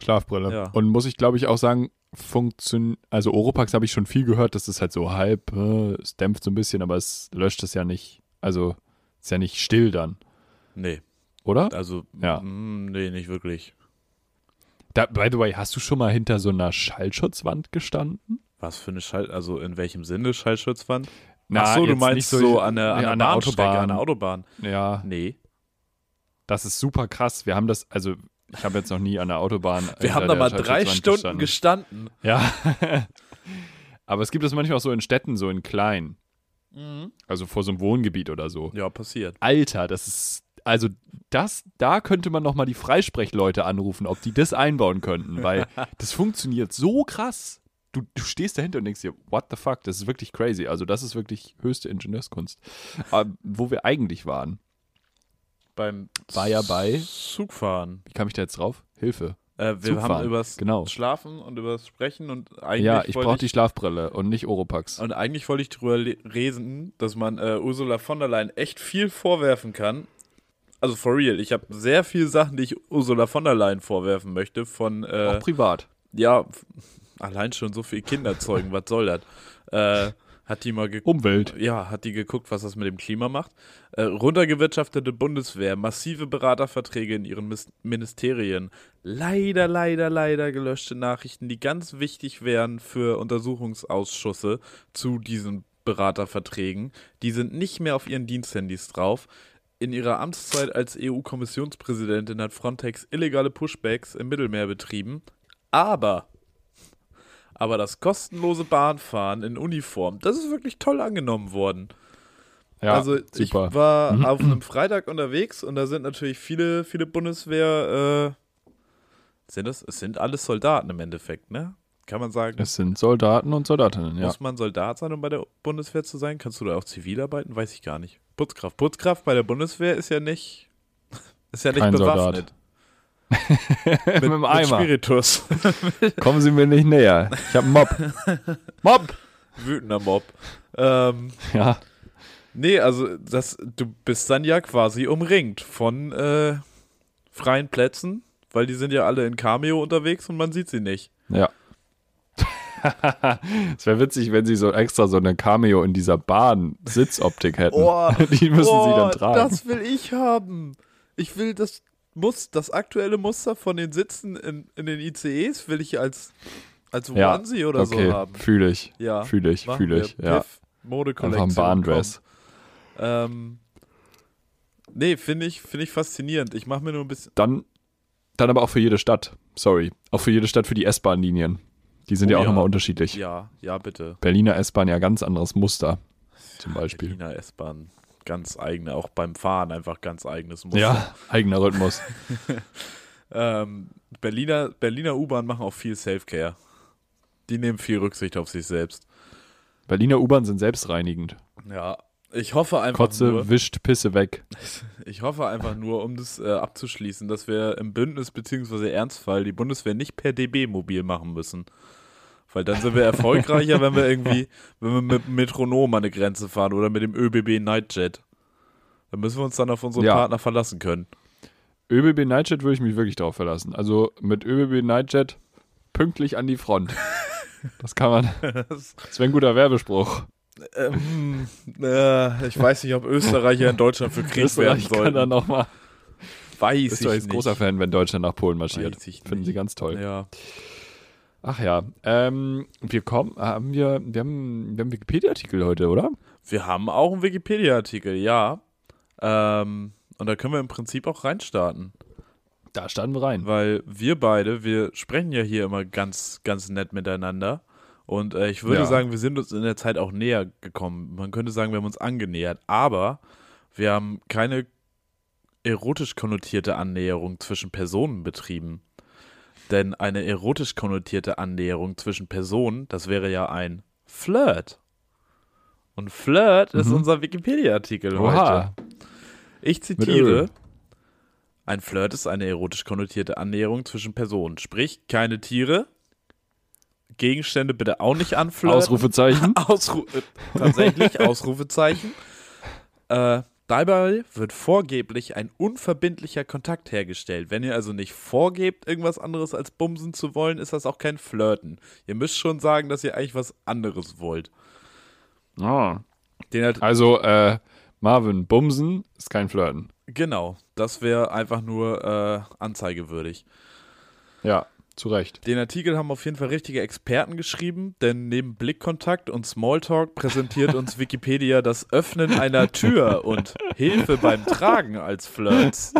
Schlafbrille.
Ja.
Und muss ich, glaube ich, auch sagen, funktioniert. Also Oropax habe ich schon viel gehört, das ist halt so halb, äh, es dämpft so ein bisschen, aber es löscht es ja nicht. Also ist ja nicht still dann,
Nee,
oder?
also
Ja.
mm, nee, nicht wirklich.
Da, by the way, hast du schon mal hinter so einer Schallschutzwand gestanden?
Was für eine Schall, also in welchem Sinne Schallschutzwand?
Na,
Ach so, du
jetzt
meinst
nicht
so, an der, an
nee,
der,
an der
Bahnstrecke,
Autobahn.
an der Autobahn.
Ja,
Nee.
das ist super krass. Wir haben das, also ich habe jetzt noch nie an der Autobahn. hinter
Wir haben da
der halt
mal drei
Schallschutzwand
Stunden gestanden.
Ja. (laughs) Aber es gibt das manchmal auch so in Städten, so in kleinen. Also vor so einem Wohngebiet oder so.
Mhm. Ja, passiert.
Alter, das ist. Also, das, da könnte man nochmal die Freisprechleute anrufen, ob die das einbauen könnten,
(laughs)
weil das funktioniert so krass. Du, du stehst dahinter und denkst dir, what the fuck, das ist wirklich crazy. Also, das ist wirklich höchste Ingenieurskunst. Aber wo wir eigentlich waren,
Beim
War ja bei-
Zugfahren.
wie kam ich da jetzt drauf? Hilfe.
Äh, wir
Zugfahren,
haben übers
genau.
Schlafen und übers Sprechen und eigentlich
ja, ich brauche
wollte
die Schlafbrille und nicht Oropax.
und eigentlich wollte ich drüber le- reden, dass man äh, Ursula von der Leyen echt viel vorwerfen kann. Also for real, ich habe sehr viele Sachen, die ich Ursula von der Leyen vorwerfen möchte von äh,
auch privat.
ja, f- allein schon so viele Kinder zeugen, was soll das? Äh, Hat die mal geguckt?
Umwelt.
Ja, hat die geguckt, was das mit dem Klima macht. Äh, runtergewirtschaftete Bundeswehr, massive Beraterverträge in ihren Mis Ministerien. Leider, leider, leider gelöschte Nachrichten, die ganz wichtig wären für Untersuchungsausschüsse zu diesen Beraterverträgen. Die sind nicht mehr auf ihren Diensthandys drauf. In ihrer Amtszeit als EU-Kommissionspräsidentin hat Frontex illegale Pushbacks im Mittelmeer betrieben. Aber aber das kostenlose Bahnfahren in Uniform, das ist wirklich toll angenommen worden.
Ja,
also ich
super. Mhm.
war auf einem Freitag unterwegs und da sind natürlich viele, viele Bundeswehr, äh, sind das, es sind alles Soldaten im Endeffekt, ne? Kann man sagen,
es sind Soldaten und Soldatinnen, ja.
muss man Soldat sein, um bei der Bundeswehr zu sein? Kannst du da auch zivil arbeiten? Weiß ich gar nicht. Putzkraft. Putzkraft bei der Bundeswehr ist ja nicht, (laughs) ist ja nicht
Kein Soldat.
bewaffnet.
Mit, dem
(laughs)
(laughs)
Mit Spiritus.
Kommen Sie mir nicht näher. Ich habe einen
(laughs)
Mob. Mob!
Wütender Mob. Ähm,
Ja,
Nee, also das, du bist dann ja quasi umringt von äh, freien Plätzen, weil die sind ja alle in Cameo unterwegs und man sieht sie (laughs) nicht.
ja. (laughs) es wäre witzig, wenn Sie so extra so eine Cameo in dieser
(laughs)
Bahn-Sitzoptik hätten. Die müssen Sie dann tragen.
Oh, Das will ich haben. Ich will das muss das aktuelle Muster von den Sitzen in, in den ICEs will ich als als
Ja,
Onesie oder
okay,
so haben.
fühle ich.
Ja,
Fühle ich,
machen
fühle ich.
wir.
Ja.
Piff, Modekollektion.
Einfach ein Bahndress.
komm. Ähm, nee, finde ich finde ich faszinierend. Ich mache mir nur ein bisschen
Dann, dann aber auch für jede Stadt. Sorry. Auch für jede Stadt für die S-Bahn-Linien. Die sind
Oh
ja auch
ja.
nochmal unterschiedlich.
ja ja bitte.
Berliner S-Bahn ja ganz anderes Muster. Zum
Ah,
Beispiel.
Berliner S-Bahn, ganz eigene, auch beim Fahren einfach ganz eigenes Muster.
Ja, eigener
(laughs)
Rhythmus.
Ähm, Berliner, Berliner U-Bahn machen auch viel Self-Care. Die nehmen viel Rücksicht auf sich selbst.
Berliner U-Bahn sind selbstreinigend.
Ja. Ich hoffe einfach
Kotze
nur,
wischt Pisse weg.
ich hoffe einfach nur, um das äh, abzuschließen, dass wir im Bündnis bzw. Ernstfall die Bundeswehr nicht per DB mobil machen müssen. Weil dann sind wir erfolgreicher, wenn wir irgendwie, wenn wir mit dem Metronom an eine Grenze fahren oder mit dem ÖBB Nightjet. Dann müssen wir uns dann auf unseren
Ja.
Partner verlassen können.
ÖBB Nightjet würde ich mich wirklich drauf verlassen. Also mit ÖBB Nightjet pünktlich an die
(laughs)
Front. Das kann man. Das wäre ein guter Werbespruch.
Ähm, äh, ich weiß nicht, ob Österreicher in Deutschland für Krieg werden
Österreich kann da
sollen.
nochmal.
Weiß ich
Österreich ist
nicht.
großer Fan, wenn Deutschland nach Polen marschiert.
Weiß ich
Finden
nicht.
sie ganz toll.
Ja.
Ach ja. Ähm, wir kommen, haben wir, wir haben, wir haben Wikipedia-Artikel heute, oder?
Wir haben auch einen Wikipedia-Artikel, ja. Ähm, und da können wir im Prinzip auch reinstarten.
Da standen wir rein.
Weil wir beide, wir sprechen ja hier immer ganz, ganz nett miteinander. Und äh, ich würde
Ja.
sagen, wir sind uns in der Zeit auch näher gekommen. Man könnte sagen, wir haben uns angenähert. Aber wir haben keine erotisch konnotierte Annäherung zwischen Personen betrieben. Denn eine erotisch konnotierte Annäherung zwischen Personen, das wäre ja ein Flirt. Und Flirt ist
Mhm.
unser Wikipedia-Artikel heute.
Oha.
Ich
Öl.
zitiere: Ein Flirt ist eine erotisch konnotierte Annäherung zwischen Personen, sprich keine Tiere. Gegenstände bitte auch nicht anflirten.
Ausrufezeichen.
(laughs) Ausru äh,
(laughs)
tatsächlich Ausrufezeichen. Äh, dabei wird vorgeblich ein unverbindlicher Kontakt hergestellt. Wenn ihr also nicht vorgebt, irgendwas anderes als bumsen zu wollen, ist das auch kein Flirten. Ihr müsst schon sagen, dass ihr eigentlich was anderes wollt.
Ah.
Den halt- hat,
Also, äh, Marvin, Bumsen ist kein Flirten.
genau, das wäre einfach nur äh, anzeigewürdig.
Ja, zu Recht.
Den Artikel haben auf jeden Fall richtige Experten geschrieben, denn neben Blickkontakt und Smalltalk
(laughs)
präsentiert uns Wikipedia das Öffnen einer Tür und Hilfe beim Tragen als Flirts.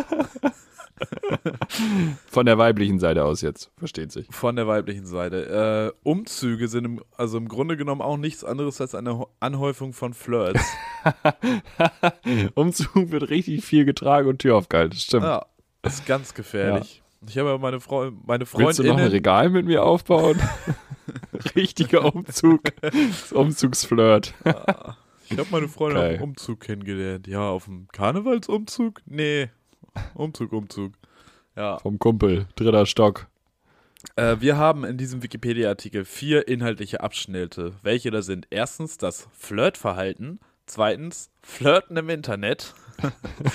Von der weiblichen Seite aus jetzt, versteht sich.
Von der weiblichen Seite. Äh, Umzüge sind im, also im Grunde genommen auch nichts anderes als eine Ho- Anhäufung von Flirts.
Umzug wird richtig viel getragen und Tür aufgehalten, das stimmt.
Ja, Ah, ist ganz gefährlich. Ich habe ja meine, Frau, meine
Willst du noch ein
Freundinnen
Regal mit mir (laughs) aufbauen? Richtiger Umzug. Das Umzugsflirt.
Ich habe meine Freundin auf
Geil.
dem Umzug kennengelernt. Ja, auf dem Karnevalsumzug? Nee. Umzug, Umzug. Ja.
Vom Kumpel, dritter Stock.
Äh, wir haben in diesem Wikipedia-Artikel vier inhaltliche Abschnitte. Welche da sind? Erstens das Flirtverhalten. Zweitens Flirten im Internet. (laughs)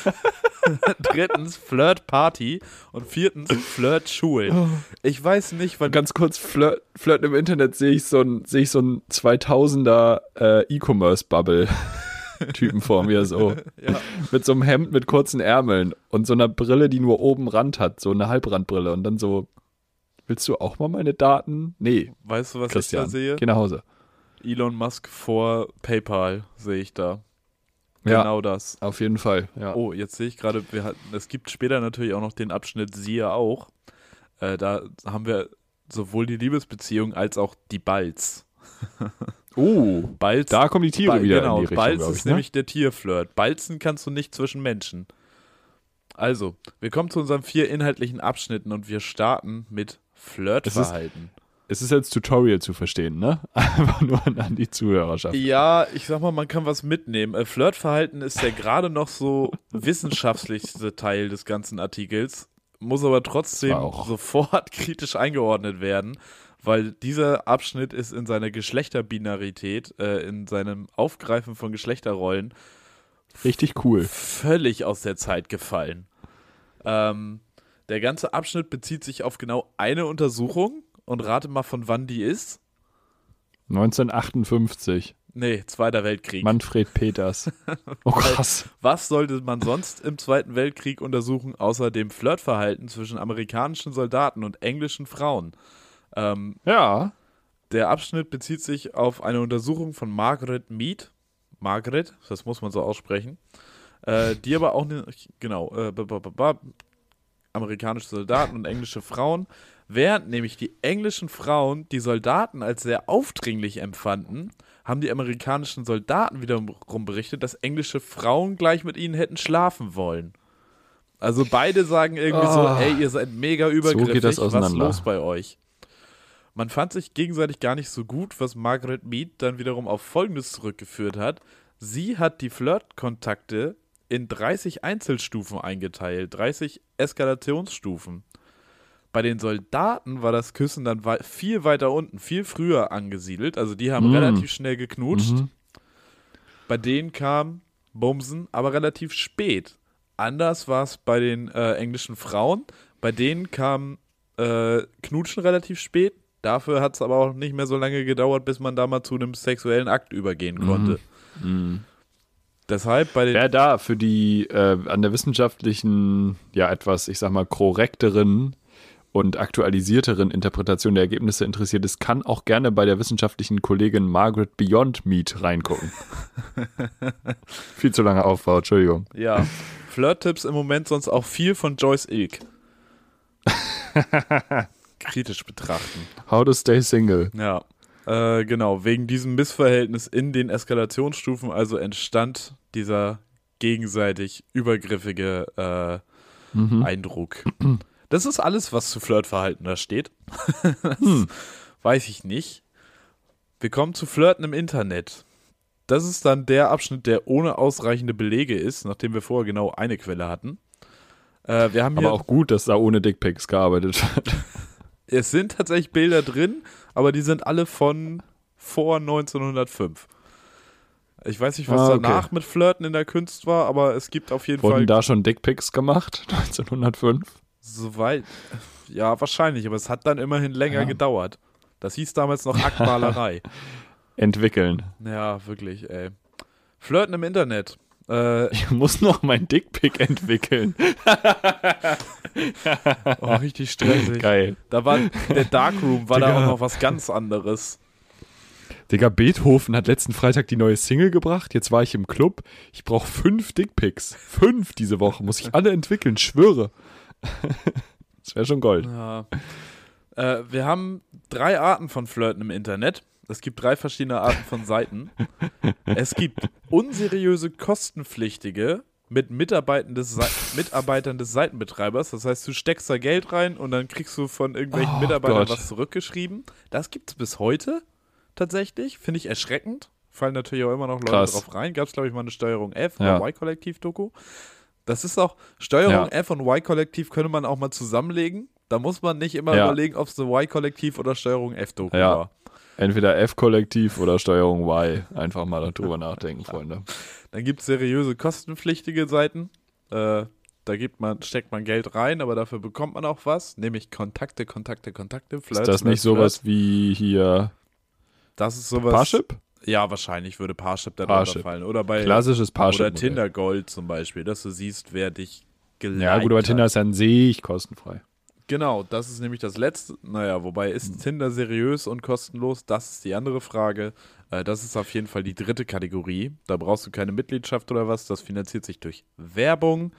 Drittens Flirt Party und viertens Flirt Schulen. Ich weiß nicht, wann
Ganz kurz, Flirt, Flirten im Internet sehe ich so ein, sehe ich so ein 2000er äh, (laughs) E-Commerce-Bubble-Typen vor mir so.
Ja.
Mit so einem Hemd mit kurzen Ärmeln und so einer Brille, die nur oben Rand hat, so eine Halbrandbrille. Und dann so, willst du auch mal meine Daten? Nee,
Weißt du, was ich
Christian,
da sehe?
geh nach Hause.
Elon Musk vor PayPal sehe ich da.
Ja,
Genau das.
auf jeden Fall. Ja.
Oh, jetzt sehe ich gerade, wir hatten, es gibt später natürlich auch noch den Abschnitt Siehe auch. Äh, da haben wir sowohl die Liebesbeziehung als auch die Balz.
Oh,
Balz
da kommen die Tiere
Bal-
wieder
genau,
in die Richtung,
Balz
glaube
ist
ich. Ne?
nämlich der Tierflirt. Balzen kannst du nicht zwischen Menschen. Also, wir kommen zu unseren vier inhaltlichen Abschnitten und wir starten mit Flirtverhalten.
Es ist als Tutorial zu verstehen, ne? (laughs) Einfach nur an, an die Zuhörerschaft.
Ja, ich sag mal, man kann was mitnehmen. Äh, Flirtverhalten ist der gerade noch so wissenschaftlichste Teil des ganzen Artikels, muss aber trotzdem
War auch.
sofort (laughs) kritisch eingeordnet werden, weil dieser Abschnitt ist in seiner Geschlechterbinarität, äh, in seinem Aufgreifen von Geschlechterrollen
Richtig cool.
völlig aus der Zeit gefallen. Ähm, der ganze Abschnitt bezieht sich auf genau eine Untersuchung und rate mal, von wann die ist.
1958.
Nee, Zweiter Weltkrieg.
Manfred
(laughs)
Peters. Oh krass.
Was sollte man sonst im Zweiten Weltkrieg untersuchen, außer dem Flirtverhalten zwischen amerikanischen Soldaten und englischen Frauen? Ähm,
Ja.
der Abschnitt bezieht sich auf eine Untersuchung von Margaret Mead. Margaret, das muss man so aussprechen. Äh, die aber auch nicht, genau, äh, ba- ba- ba- ba- amerikanische Soldaten und englische Frauen. Während nämlich die englischen Frauen die Soldaten als sehr aufdringlich empfanden, haben die amerikanischen Soldaten wiederum berichtet, dass englische Frauen gleich mit ihnen hätten schlafen wollen. Also beide sagen irgendwie so,
Ah.
ey, ihr seid mega übergriffig,
geht das
was ist
auseinander.
los bei euch? Man fand sich gegenseitig gar nicht so gut, was Margaret Mead dann wiederum auf Folgendes zurückgeführt hat. Sie hat die Flirtkontakte in 30 Einzelstufen eingeteilt, 30 Eskalationsstufen. Bei den Soldaten war das Küssen dann wei viel weiter unten, viel früher angesiedelt. Also die haben
Mm.
relativ schnell geknutscht.
Mhm.
Bei denen kam Bumsen aber relativ spät. Anders war es bei den äh, englischen Frauen. Bei denen kam äh, Knutschen relativ spät. Dafür hat es aber auch nicht mehr so lange gedauert, bis man da mal zu einem sexuellen Akt übergehen konnte. Deshalb bei den
Wer da für die äh, an der wissenschaftlichen, ja etwas, ich sag mal, korrekteren und aktualisierteren Interpretation der Ergebnisse interessiert ist, kann auch gerne bei der wissenschaftlichen Kollegin Margaret Beyond Meat reingucken.
(laughs)
Viel zu lange Aufbau, Entschuldigung.
Ja. Flirt-Tipps im Moment sonst auch viel von Joyce Ilk. Kritisch betrachten.
How to stay single.
Ja. Äh, genau, wegen diesem Missverhältnis in den Eskalationsstufen also entstand dieser gegenseitig übergriffige äh,
Mhm.
Eindruck. Das ist alles, was zu Flirtverhalten da steht. (laughs) das
Hm.
weiß ich nicht. Wir kommen zu Flirten im Internet. Das ist dann der Abschnitt, der ohne ausreichende Belege ist, nachdem wir vorher genau eine Quelle hatten. Äh, wir haben
Aber
hier
auch gut, dass da ohne Dickpics gearbeitet wird.
es sind tatsächlich Bilder drin, aber die sind alle von vor 1905. Ich weiß nicht, was
Ah, okay.
danach mit Flirten in der Kunst war, aber es gibt auf jeden Fall
Wurden da schon Dickpics gemacht? (laughs) 1905?
soweit. Ja, wahrscheinlich, aber es hat dann immerhin länger
Ja.
gedauert. Das hieß damals noch Aktmalerei.
(laughs) Entwickeln.
ja, wirklich, ey. Flirten im Internet. Äh,
Ich muss noch mein Dickpic
(laughs)
entwickeln.
oh, richtig
(laughs)
stressig.
Geil.
Da war der Darkroom, war da
Digga.
auch noch was ganz anderes.
Digga, Beethoven hat letzten Freitag die neue Single gebracht. Jetzt war ich im Club. Ich brauche fünf Dickpics. Fünf diese Woche. Muss ich alle entwickeln, schwöre. (laughs) Das wäre schon Gold.
Ja. Äh, wir haben drei Arten von Flirten im Internet. Es gibt drei verschiedene Arten von Seiten. Es gibt unseriöse Kostenpflichtige mit Mitarbeitern des, Sei- Mitarbeitern des Seitenbetreibers. Das heißt, du steckst da Geld rein und dann kriegst du von irgendwelchen
Oh
Mitarbeitern
Gott.
was zurückgeschrieben. Das gibt es bis heute tatsächlich. Finde ich erschreckend. Fallen natürlich auch immer noch Leute
Krass.
drauf rein. Gab es, glaube ich, mal eine Steuerung F
Ja.
oder Y-Kollektiv-Doku. Das ist auch, Steuerung
Ja.
F und Y-Kollektiv könnte man auch mal zusammenlegen. Da muss man nicht immer
Ja.
überlegen, ob es eine Y-Kollektiv oder Steuerung F-Doku
Ja.
war.
Entweder F-Kollektiv oder Steuerung Y. Einfach mal darüber nachdenken, Freunde.
Dann gibt es seriöse kostenpflichtige Seiten. Äh, da gibt man, steckt man Geld rein, aber dafür bekommt man auch was, nämlich Kontakte, Kontakte, Kontakte.
Ist das nicht sowas wie hier
Das ist sowas.
Parship?
Ja, wahrscheinlich würde Parship da
Parship.
drunter fallen. Oder bei
Klassisches Parship.
Äh, oder Tinder Gold zum Beispiel, dass du siehst, wer dich geliked
Ja, gut, aber Tinder
hat.
ist an sich kostenfrei.
Genau, das ist nämlich das letzte. Naja, wobei ist Tinder seriös und kostenlos? Das ist die andere Frage. Äh, das ist auf jeden Fall die dritte Kategorie. Da brauchst du keine Mitgliedschaft oder was. Das finanziert sich durch Werbung.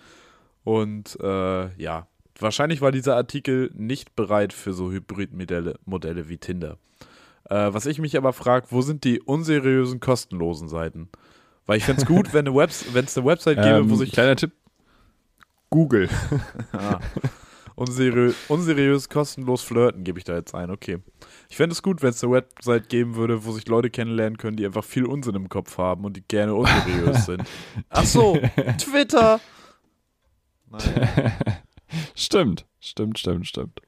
Und äh, ja, wahrscheinlich war dieser Artikel nicht bereit für so Hybridmodelle Modelle wie Tinder. Äh, was ich mich aber frage, wo sind die unseriösen, kostenlosen Seiten? Weil ich fände es gut, wenn es eine, Webs eine Website gäbe, wo
Ähm,
sich
kleiner Tipp: Google.
Ah. Unseriö unseriös, kostenlos flirten gebe ich da jetzt ein, okay. Ich fände es gut, wenn es eine Website geben würde, wo sich Leute kennenlernen können, die einfach viel Unsinn im Kopf haben und die
(laughs)
gerne unseriös sind. Ach so, Twitter! Nein.
(laughs) Stimmt, stimmt, stimmt, stimmt.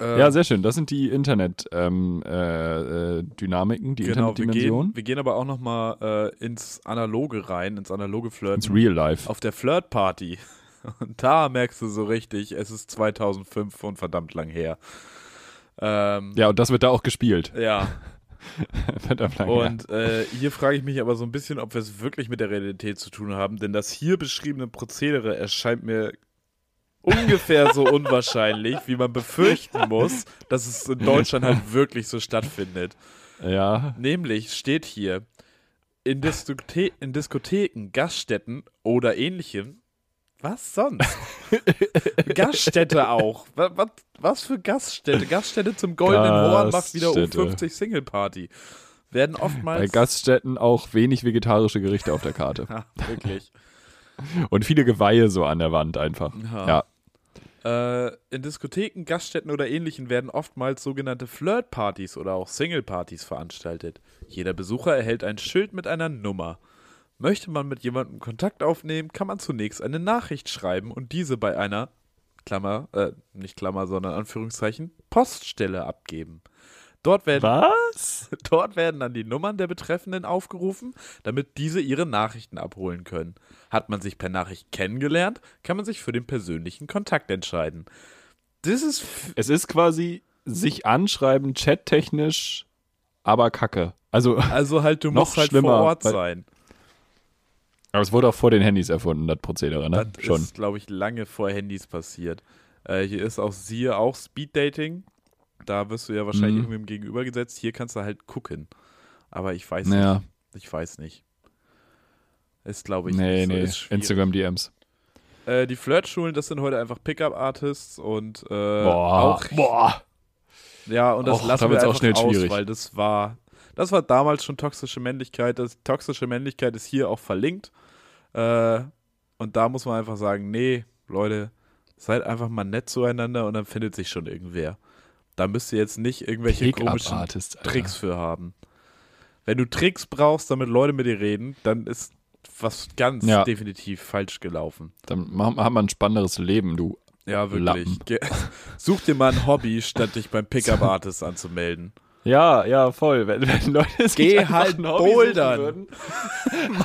Äh,
Ja, sehr schön. Das sind die Internet-Dynamiken, ähm, äh, äh, Dynamiken, die
genau, wir gehen,
Internetdimensionen.
wir gehen aber auch nochmal äh, ins Analoge rein, ins analoge Flirten.
Ins Real Life.
auf der Flirtparty. (laughs) Und da merkst du so richtig, es ist 2005 und verdammt lang her. Ähm,
Ja, und das wird da auch gespielt. (laughs)
ja,
Verdammt lange.
Und äh, hier frage ich mich aber so ein bisschen, ob wir es wirklich mit der Realität zu tun haben, denn das hier beschriebene Prozedere erscheint mir ungefähr so unwahrscheinlich, wie man befürchten muss, dass es in Deutschland halt wirklich so stattfindet.
ja.
Nämlich steht hier, in, Diskothe in Diskotheken, Gaststätten oder ähnlichem,
(laughs)
was sonst? Gaststätte auch. Was, was, was für Gaststätte? Gaststätte zum Goldenen Horn macht wieder um
Gaststätte.
50 Single-Party. Werden oftmals...
Bei Gaststätten auch wenig vegetarische Gerichte auf der
(laughs)
(laughs) Karte.
Ja, wirklich.
Und viele Geweihe so an der Wand einfach.
Ja.
Ja.
äh, in Diskotheken, Gaststätten oder ähnlichen werden oftmals sogenannte Flirtpartys oder auch Singlepartys veranstaltet. Jeder Besucher erhält ein Schild mit einer Nummer. Möchte man mit jemandem Kontakt aufnehmen, kann man zunächst eine Nachricht schreiben und diese bei einer Klammer, äh, nicht Klammer, sondern Anführungszeichen, Poststelle abgeben. Dort werden
Was?
(laughs) Dort werden dann die Nummern der Betreffenden aufgerufen, damit diese ihre Nachrichten abholen können. Hat man sich per Nachricht kennengelernt, kann man sich für den persönlichen Kontakt entscheiden. Das ist. f-
Es ist quasi sich anschreiben, chattechnisch, aber kacke. Also,
Also halt, du
Noch
musst halt
schlimmer,
vor Ort
weil-
sein.
aber es wurde auch vor den Handys erfunden, das Prozedere, ne?
Das
Schon.
ist, glaube ich, lange vor Handys passiert. Äh, hier ist auch siehe auch Speeddating. Da wirst du ja wahrscheinlich
Mhm.
irgendwem gegenübergesetzt. Hier kannst du halt gucken. Aber ich weiß
Naja,
nicht. Ich weiß nicht. Ist, glaube ich,
nee,
nicht so.
nee.
Ist schwierig.
Instagram-DMs.
Äh, die Flirtschulen, das sind heute einfach Pickup-Artists und äh,
Boah.
auch
Boah.
ja und das
Och, da
lassen wir
wird's auch
einfach
schnell
aus,
schwierig.
weil das war das war damals schon toxische Männlichkeit. Das toxische Männlichkeit ist hier auch verlinkt äh, und da muss man einfach sagen, nee, Leute, seid einfach mal nett zueinander und dann findet sich schon irgendwer. Da müsst ihr jetzt nicht irgendwelche komischen
Pick-up-Artist. Alter.
Tricks für haben. Wenn du Tricks brauchst, damit Leute mit dir reden, dann ist was ganz
Ja.
definitiv falsch gelaufen.
Dann ma- hat man ein spannenderes Leben, du.
Ja, wirklich.
Lappen.
Ge (laughs) Such dir mal ein Hobby, statt dich
(laughs)
beim Pickup-Artist anzumelden.
Ja, ja, voll. Wenn, wenn Leute sich
Geh
einfach
halt
ein Hobby suchen (laughs)
bouldern.
Würden,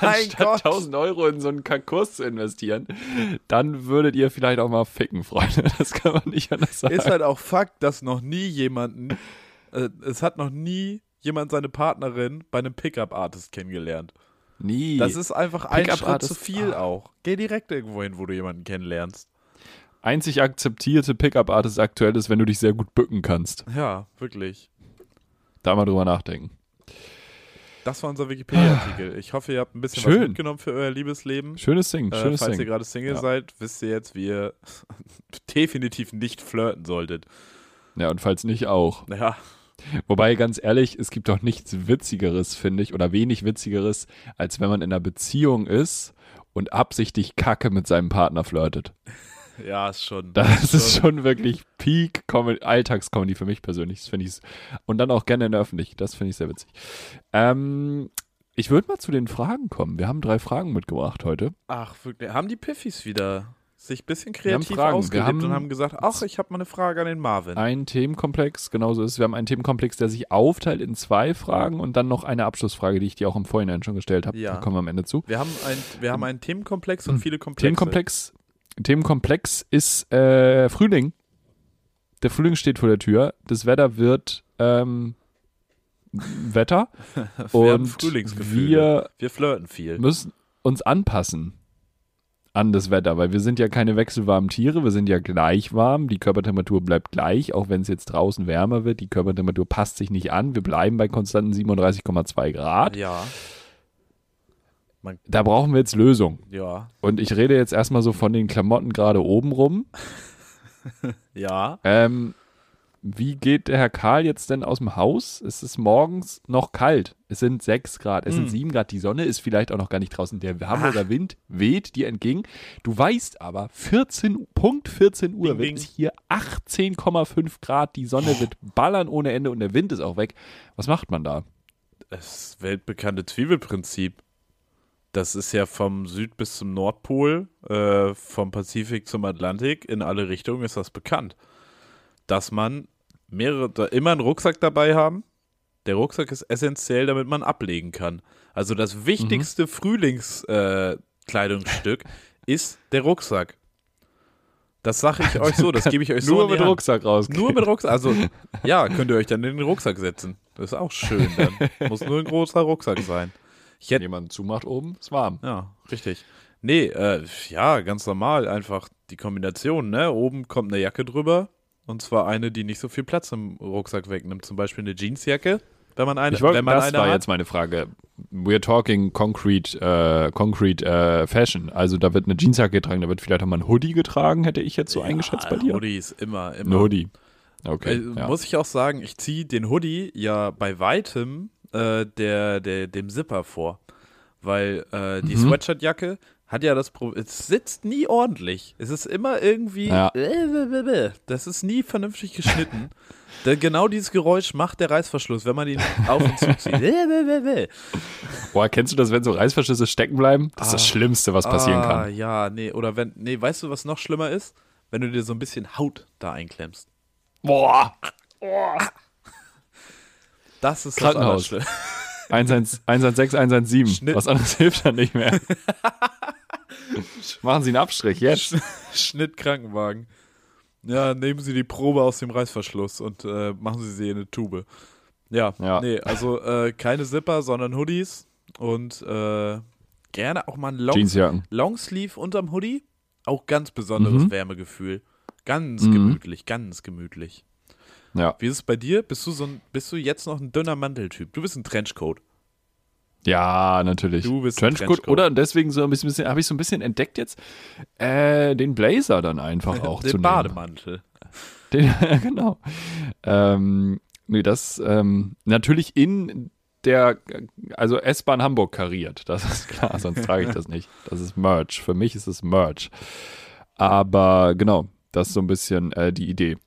Mein
anstatt
Gott.
1000 Euro in so einen Kurs zu investieren, dann würdet ihr vielleicht auch mal ficken, Freunde. (laughs) Das kann man nicht anders sagen.
Ist halt auch Fakt, dass noch nie jemanden, äh, es hat noch nie jemand seine Partnerin bei einem Pickup-Artist kennengelernt.
nie.
Das ist einfach ein Schritt
Pickup-Artist,
zu viel
ah.
auch. Geh direkt irgendwo hin, wo du jemanden kennenlernst.
Einzig akzeptierte Pickup-Artist aktuell ist, wenn du dich sehr gut bücken kannst.
Ja, wirklich.
Da mal drüber nachdenken.
Das war unser Wikipedia-Artikel. Ich hoffe, ihr habt ein bisschen
Schön.
was mitgenommen für euer Liebesleben.
Schönes Ding,
Äh,
schönes
falls ihr
Ding.
gerade Single
Ja.
seid, wisst ihr jetzt, wie ihr (laughs) definitiv nicht flirten solltet.
Ja, und falls nicht auch.
Ja,
Wobei, ganz ehrlich, es gibt doch nichts Witzigeres, finde ich, oder wenig Witzigeres, als wenn man in einer Beziehung ist und absichtlich Kacke mit seinem Partner flirtet. (laughs)
ja, ist schon.
Das ist schon wirklich Peak Comedy- Alltagscomedy für mich persönlich. Das finde ich und dann auch gerne in der Öffentlichkeit. Das finde ich sehr witzig. Ähm, ich würde mal zu den Fragen kommen. Wir haben drei Fragen mitgebracht heute.
Ach, wirklich. Haben die Piffis wieder sich ein bisschen
Wir haben
kreativ
Fragen. Wir
ausgelebt
haben-
und haben gesagt, ach, ich habe mal eine Frage an den Marvin.
Ein Themenkomplex, genauso ist es. Wir haben einen Themenkomplex, der sich aufteilt in zwei Fragen und dann noch eine Abschlussfrage, die ich dir auch im Vorhinein schon gestellt habe.
Ja.
Da kommen wir am Ende zu.
Wir haben, ein, wir haben einen Themenkomplex und viele Komplexe.
Hm. Themenkomplex, Themenkomplex ist äh, Frühling. Der Frühling steht vor der Tür. Das Wetter wird ähm, Wetter.
(laughs) Wir haben
und
Frühlingsgefühle.
wir
wir flirten viel.
müssen uns anpassen an das Wetter, weil wir sind ja keine wechselwarmen Tiere, wir sind ja gleich warm, die Körpertemperatur bleibt gleich, auch wenn es jetzt draußen wärmer wird, die Körpertemperatur passt sich nicht an, wir bleiben bei konstanten 37,2 Grad.
Ja,
Da brauchen wir jetzt Lösung.
ja,
Und ich rede jetzt erstmal so von den Klamotten gerade oben rum.
ja.
Ähm, wie geht der Herr Karl jetzt denn aus dem Haus? Es ist morgens noch kalt. Es sind 6 Grad,
Hm.
es sind 7 Grad. Die Sonne ist vielleicht auch noch gar nicht draußen. Der Hamburger Wind weht dir entgegen. Du weißt aber, 14, Punkt 14 Uhr
Ding,
wird
ding. Oh.
es hier 18,5 Grad. Die Sonne wird ballern ohne Ende und der Wind ist auch weg. Was macht man da?
Das weltbekannte Zwiebelprinzip. Das ist ja vom Süd bis zum Nordpol, äh, vom Pazifik zum Atlantik, in alle Richtungen ist das bekannt. Dass man mehrere, da immer einen Rucksack dabei haben. Der Rucksack ist essentiell, damit man ablegen kann. Also
Mhm.
das wichtigste Frühlingskleidungsstück äh,
(laughs)
Kleidungsstück ist der Rucksack. Das sage ich euch so, das gebe ich euch so.
Nur
in die
mit
Hand.
Rucksack rausgehen.
Nur mit Rucksack. Also, ja, könnt ihr euch dann in den Rucksack setzen. Das ist auch schön dann. Muss nur ein großer Rucksack sein. Ich
Wenn
hätte.
jemand zumacht oben, ist warm.
Ja, richtig. Nee, äh, ja, ganz normal. Einfach die Kombination, ne? Oben kommt eine Jacke drüber. Und zwar eine, die nicht so viel Platz im Rucksack wegnimmt. Zum Beispiel eine Jeansjacke. Wenn man eine,
Ich wollte,
wenn man
das
eine
war
hat.
jetzt meine Frage. We're talking concrete, äh, concrete äh, Fashion. Also da wird eine Jeansjacke getragen, da wird vielleicht auch mal ein Hoodie getragen, hätte ich jetzt so eingeschätzt bei dir.
Hoodies, immer, immer.
Ein Hoodie. Okay.
Äh,
ja.
Muss ich auch sagen, ich ziehe den Hoodie ja bei weitem äh, der, der, dem Zipper vor. Weil äh,
Mhm.
die Sweatshirtjacke hat ja das Problem, es sitzt nie ordentlich. Es ist immer irgendwie,
Ja.
äh, bäh, bäh, bäh. das ist nie vernünftig geschnitten. (laughs) Denn genau dieses Geräusch macht der Reißverschluss, wenn man ihn auf und
(laughs)
zu zieht. Äh, bäh, bäh, bäh.
Boah, kennst du das, wenn so Reißverschlüsse stecken bleiben? Das ist das Schlimmste, was passieren
ah,
kann.
Ja, nee, oder wenn, nee, weißt du, was noch schlimmer ist? Wenn du dir so ein bisschen Haut da einklemmst.
Boah,
Das ist
Krankenhaus.
das Allerschlimmste.
116, 117.
Schnitt.
Was anderes (laughs) hilft dann nicht
(laughs)
mehr. Machen Sie einen Abstrich jetzt.
Schnitt Krankenwagen. Ja, nehmen Sie die Probe aus dem Reißverschluss und äh, machen Sie sie in eine Tube. Ja,
Ja.
nee, also äh, keine Zipper, sondern Hoodies und äh, gerne auch mal ein Long
Jeansjacken.
Longsleeve unterm Hoodie. Auch ganz besonderes
Mhm.
Wärmegefühl. Ganz gemütlich, ganz gemütlich.
Ja.
Wie ist es bei dir? Bist du so ein, bist du jetzt noch ein dünner Manteltyp? Du bist ein Trenchcoat.
Ja, natürlich.
Du bist ein
Trenchcoat,
Trenchcoat.
oder Und deswegen so ein bisschen, bisschen habe ich so ein bisschen entdeckt jetzt äh, den Blazer dann einfach
(laughs)
auch zu
Den
nehmen.
Bademantel.
Den, (laughs) genau. Ähm, nee, das ähm, natürlich in der, also S-Bahn Hamburg kariert, das ist klar, sonst trage ich das nicht. Das ist Merch. Für mich ist es Merch. Aber genau, das ist so ein bisschen äh, die Idee,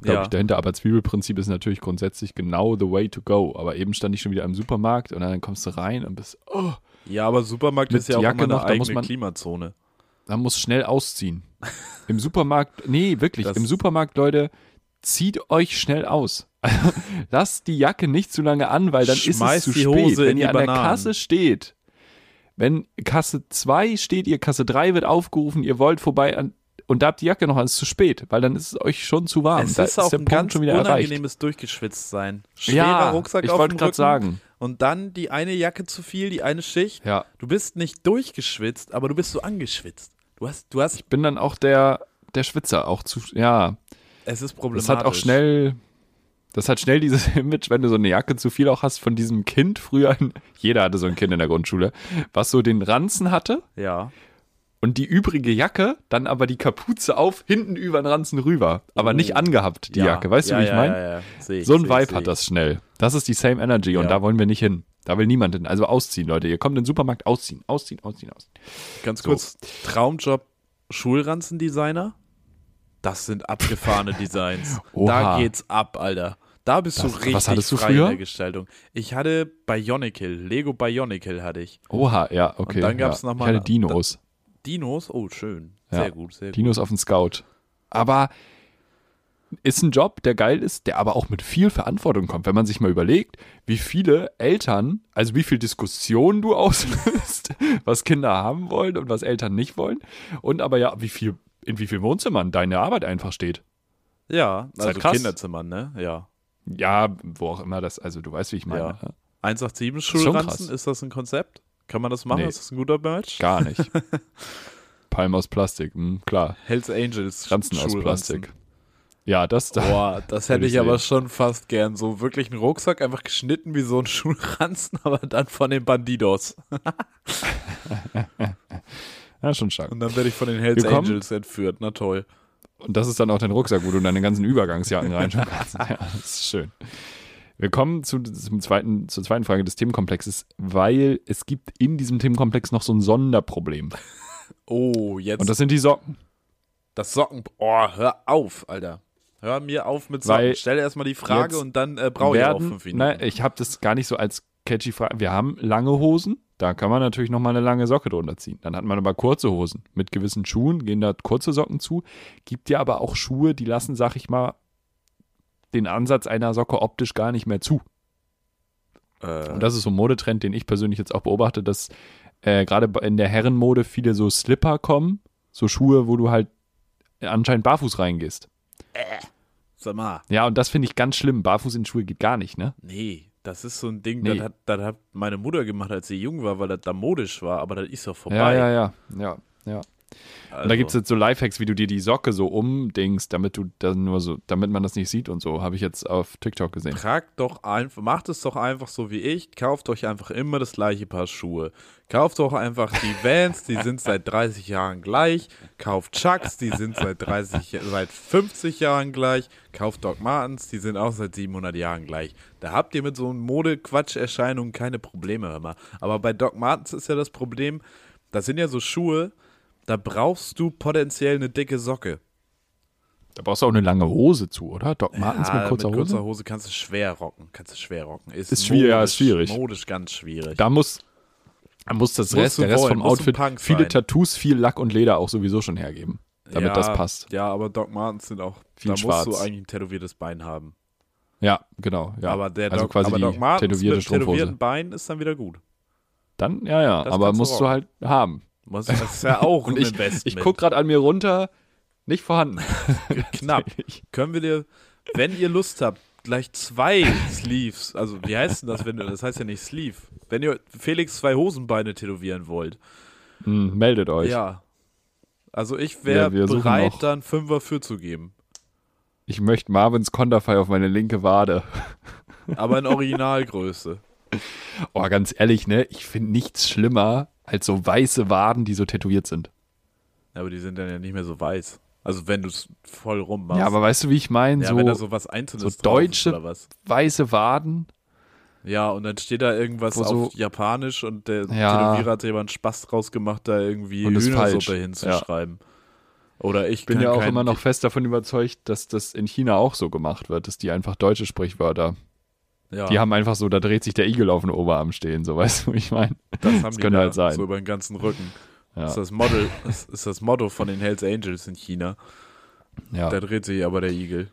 glaube
Ja.
ich, dahinter. Aber Zwiebelprinzip ist natürlich grundsätzlich genau the way to go. Aber eben stand ich schon wieder im Supermarkt und dann kommst du rein und bist, oh,
Ja, aber Supermarkt
Mit
ist ja auch
Jacke
immer eine
noch, da
eigene
muss man-
Klimazone.
man muss schnell ausziehen. Im Supermarkt, nee, wirklich,
Das-
im Supermarkt, Leute, zieht euch schnell aus. Also, (laughs) Lasst die Jacke nicht zu lange an, weil dann ist
Schmeißt
es zu
die
spät.
Hose
wenn
in die
ihr an der
Bananen.
Kasse steht, wenn Kasse 2 steht, ihr Kasse 3 wird aufgerufen, ihr wollt vorbei an, und da habt die Jacke noch an, ist es zu spät, weil dann ist es euch schon zu warm.
Es
da
ist auch
der
ein
Punkt
ganz
schon wieder erreicht.
unangenehmes Durchgeschwitztsein. Schwerer
Ja,
Rucksack
ich
auf
wollte
dem
gerade
Rücken
sagen.
Und dann die eine Jacke zu viel, die eine Schicht.
Ja.
Du bist nicht durchgeschwitzt, aber du bist so angeschwitzt. Du hast, du hast,
Bin dann auch der, der Schwitzer, auch zu, ja,
es
Das
ist problematisch.
hat auch schnell, das hat schnell dieses (laughs) Image, wenn du so eine Jacke zu viel auch hast von diesem Kind früher. Jeder hatte so ein Kind in der Grundschule, was so den Ranzen hatte
Ja.
und die übrige Jacke, dann aber die Kapuze auf, hinten über den Ranzen rüber, aber nicht angehabt die
Oh. ja.
Jacke. Weißt
ja,
du, wie ich
ja,
meine?
Ja, ja. Seh ich,
So ein
seh ich,
Vibe
seh ich.
hat das schnell. Das ist die same Energy und
Ja.
da wollen wir nicht hin. Da will niemand hin. Also ausziehen, Leute. Ihr kommt in den Supermarkt, ausziehen, ausziehen, ausziehen, ausziehen.
Ganz kurz, Traumjob Schulranzendesigner, das
(laughs)
sind abgefahrene Designs.
Oha.
Da geht's ab, Alter. Da bist
Das-
du
was
richtig
hattest du
frei
früher?
in der Gestaltung. Ich hatte Bionicle, Lego Bionicle hatte ich.
Oha, ja, okay.
dann gab's
ja.
noch mal-
Ich hatte Dinos.
Dinos, oh schön.
Ja.
Sehr gut, sehr gut.
Dino ist auf dem Scout. Aber ist ein Job, der geil ist, der aber auch mit viel Verantwortung kommt. Wenn man sich mal überlegt, wie viele Eltern, also wie viel Diskussion du auslöst, (laughs) was Kinder haben wollen und was Eltern nicht wollen. Und aber ja, wie viel, in wie vielen Wohnzimmern deine Arbeit einfach steht.
Ja,
Ist halt
also
krass.
Kinderzimmer, ne? Ja.
Ja, wo auch immer das, also du weißt, wie ich meine.
Ja.
ne?
187
schon
Schulranzen,
krass.
ist das ein Konzept? Kann man das machen?
Nee.
Ist das ein guter Merch?
Gar
(laughs)
nicht. Palm aus Plastik, hm, klar.
Hells Angels
Ranzen aus
Schulranzen. Oh.
Plastik. Ja, das da. (laughs)
Boah, das hätte
Würde ich
ich aber
sehen.
schon fast gern. So wirklich einen Rucksack, einfach geschnitten wie so ein (laughs) Schulranzen, aber dann von den Bandidos.
Ja, schon stark.
Und dann werde ich von den Hells
Wir kommen-
Angels entführt. Na toll.
Und das ist dann auch dein Rucksack, wo du deine ganzen Übergangsjacken reinschauen kannst. (laughs) Ja, das ist schön. Wir kommen zu, zum zweiten, zur zweiten Frage des Themenkomplexes, weil es gibt in diesem Themenkomplex noch so ein Sonderproblem.
Oh, jetzt
Und das sind die Socken.
das Socken. Oh, hör auf, Alter. Hör mir auf mit Socken.
Weil
Stell erstmal die Frage
jetzt
und dann äh, brauche ich auch fünf Minuten.
nein, ich habe das gar nicht so als catchy Frage. Wir haben lange Hosen, da kann man natürlich noch mal eine lange Socke drunter ziehen. Dann hat man aber kurze Hosen. Mit gewissen Schuhen gehen da kurze Socken zu. Gibt ja aber auch Schuhe, die lassen, sag ich mal, den Ansatz einer Socke optisch gar nicht mehr zu. Und
äh,
das ist so ein Modetrend, den ich persönlich jetzt auch beobachte, dass äh, gerade in der Herrenmode viele so Slipper kommen, so Schuhe, wo du halt anscheinend barfuß reingehst.
Äh. sag mal.
Ja, und das finde ich ganz schlimm. Barfuß in Schuhe geht gar nicht, ne?
Nee, das ist so ein Ding,
Nee.
das, hat, das hat meine Mutter gemacht, als sie jung war, weil das da modisch war, aber das ist doch vorbei.
Ja, ja, ja. ja.
Also,
Und da gibt es jetzt so Lifehacks, wie du dir die Socke so umdingst, damit du dann nur so, damit man das nicht sieht und so, habe ich jetzt auf TikTok gesehen.
Tragt doch einfach, macht es doch einfach so wie ich, kauft euch einfach immer das gleiche Paar Schuhe. Kauft doch einfach die Vans, die sind seit 30 Jahren gleich. Kauft Chucks, die sind seit 30, Ja- seit 50 Jahren gleich. Kauft Doc Martens, die sind auch seit 700 Jahren gleich. Da habt ihr mit so einem Mode-Quatsch-Erscheinungen keine Probleme, hör mal. Aber bei Doc Martens ist ja das Problem, das sind ja so Schuhe, da brauchst du potenziell eine dicke Socke.
Da brauchst du auch eine lange Hose zu, oder? Doc Martens mit kurzer Hose?
Ah, kurzer Hose kannst du schwer rocken. Kannst du schwer rocken.
Ist schwierig, ja, ist schwierig.
Modisch ganz schwierig.
Da muss, da muss das
Musst
Rest,
du
der Rest vom
wollen, musst du
Outfit,
Punk
viele
sein.
Tattoos, viel Lack und Leder auch sowieso schon hergeben, damit
ja,
das passt.
Ja, aber Doc Martens sind auch.
Viel
da
schwarz.
musst du eigentlich ein tätowiertes Bein haben.
Ja, genau. Ja.
Aber der
also
Doc,
quasi
aber
die
Doc Martens
tätowierte
mit
Strumpfhose.
tätowierten Bein ist dann wieder gut.
Dann, ja, ja,
Das
aber
kannst du
musst du halt haben.
Was- Das
(laughs)
ist ja auch
Und
ein
ich,
Investment.
ich gucke gerade an mir runter, nicht vorhanden.
(laughs)
halt
knapp. Können wir dir, wenn ihr Lust habt, gleich zwei Sleeves, also wie heißt denn das, wenn du, das heißt ja nicht Sleeve. Wenn ihr Felix zwei Hosenbeine tätowieren wollt,
Hm, meldet euch.
Ja. Also ich
Wir-
wäre
wir suchen
bereit,
noch.
dann Fünfer für zu geben.
Ich möchte Marvins Konterfei auf meine linke Wade.
Aber in Originalgröße.
Oh, ganz ehrlich, ne? Ich finde nichts schlimmer als so weiße Waden, die so tätowiert sind.
Aber die sind dann ja nicht mehr so weiß. Also wenn du es voll rummachst.
Ja, aber weißt du, wie ich meine?
ja,
so,
wenn da so was Einzelnes
so
drauf ist
deutsche-
oder was.
weiße Waden.
Ja, und dann steht da irgendwas
Wo so-
auf Japanisch und der
Ja.
Tätowierer hat jemand Spaß draus gemacht, da irgendwie
Und ist falsch.
Hühnersuppe
Ja.
hinzuschreiben. Oder ich
Ich bin
kann
ja auch
kein-
immer noch fest davon überzeugt, dass das in China auch so gemacht wird, dass die einfach deutsche Sprichwörter.
ja,
Die haben einfach so, da dreht sich der Igel auf den Oberarm stehen, so weißt du, wie ich meine.
das, haben die
könnte
da,
halt sein.
So über den ganzen Rücken.
Ja.
Das, ist das, Model, das ist das Motto von den Hells Angels in China.
Ja.
Da dreht sich aber der Igel.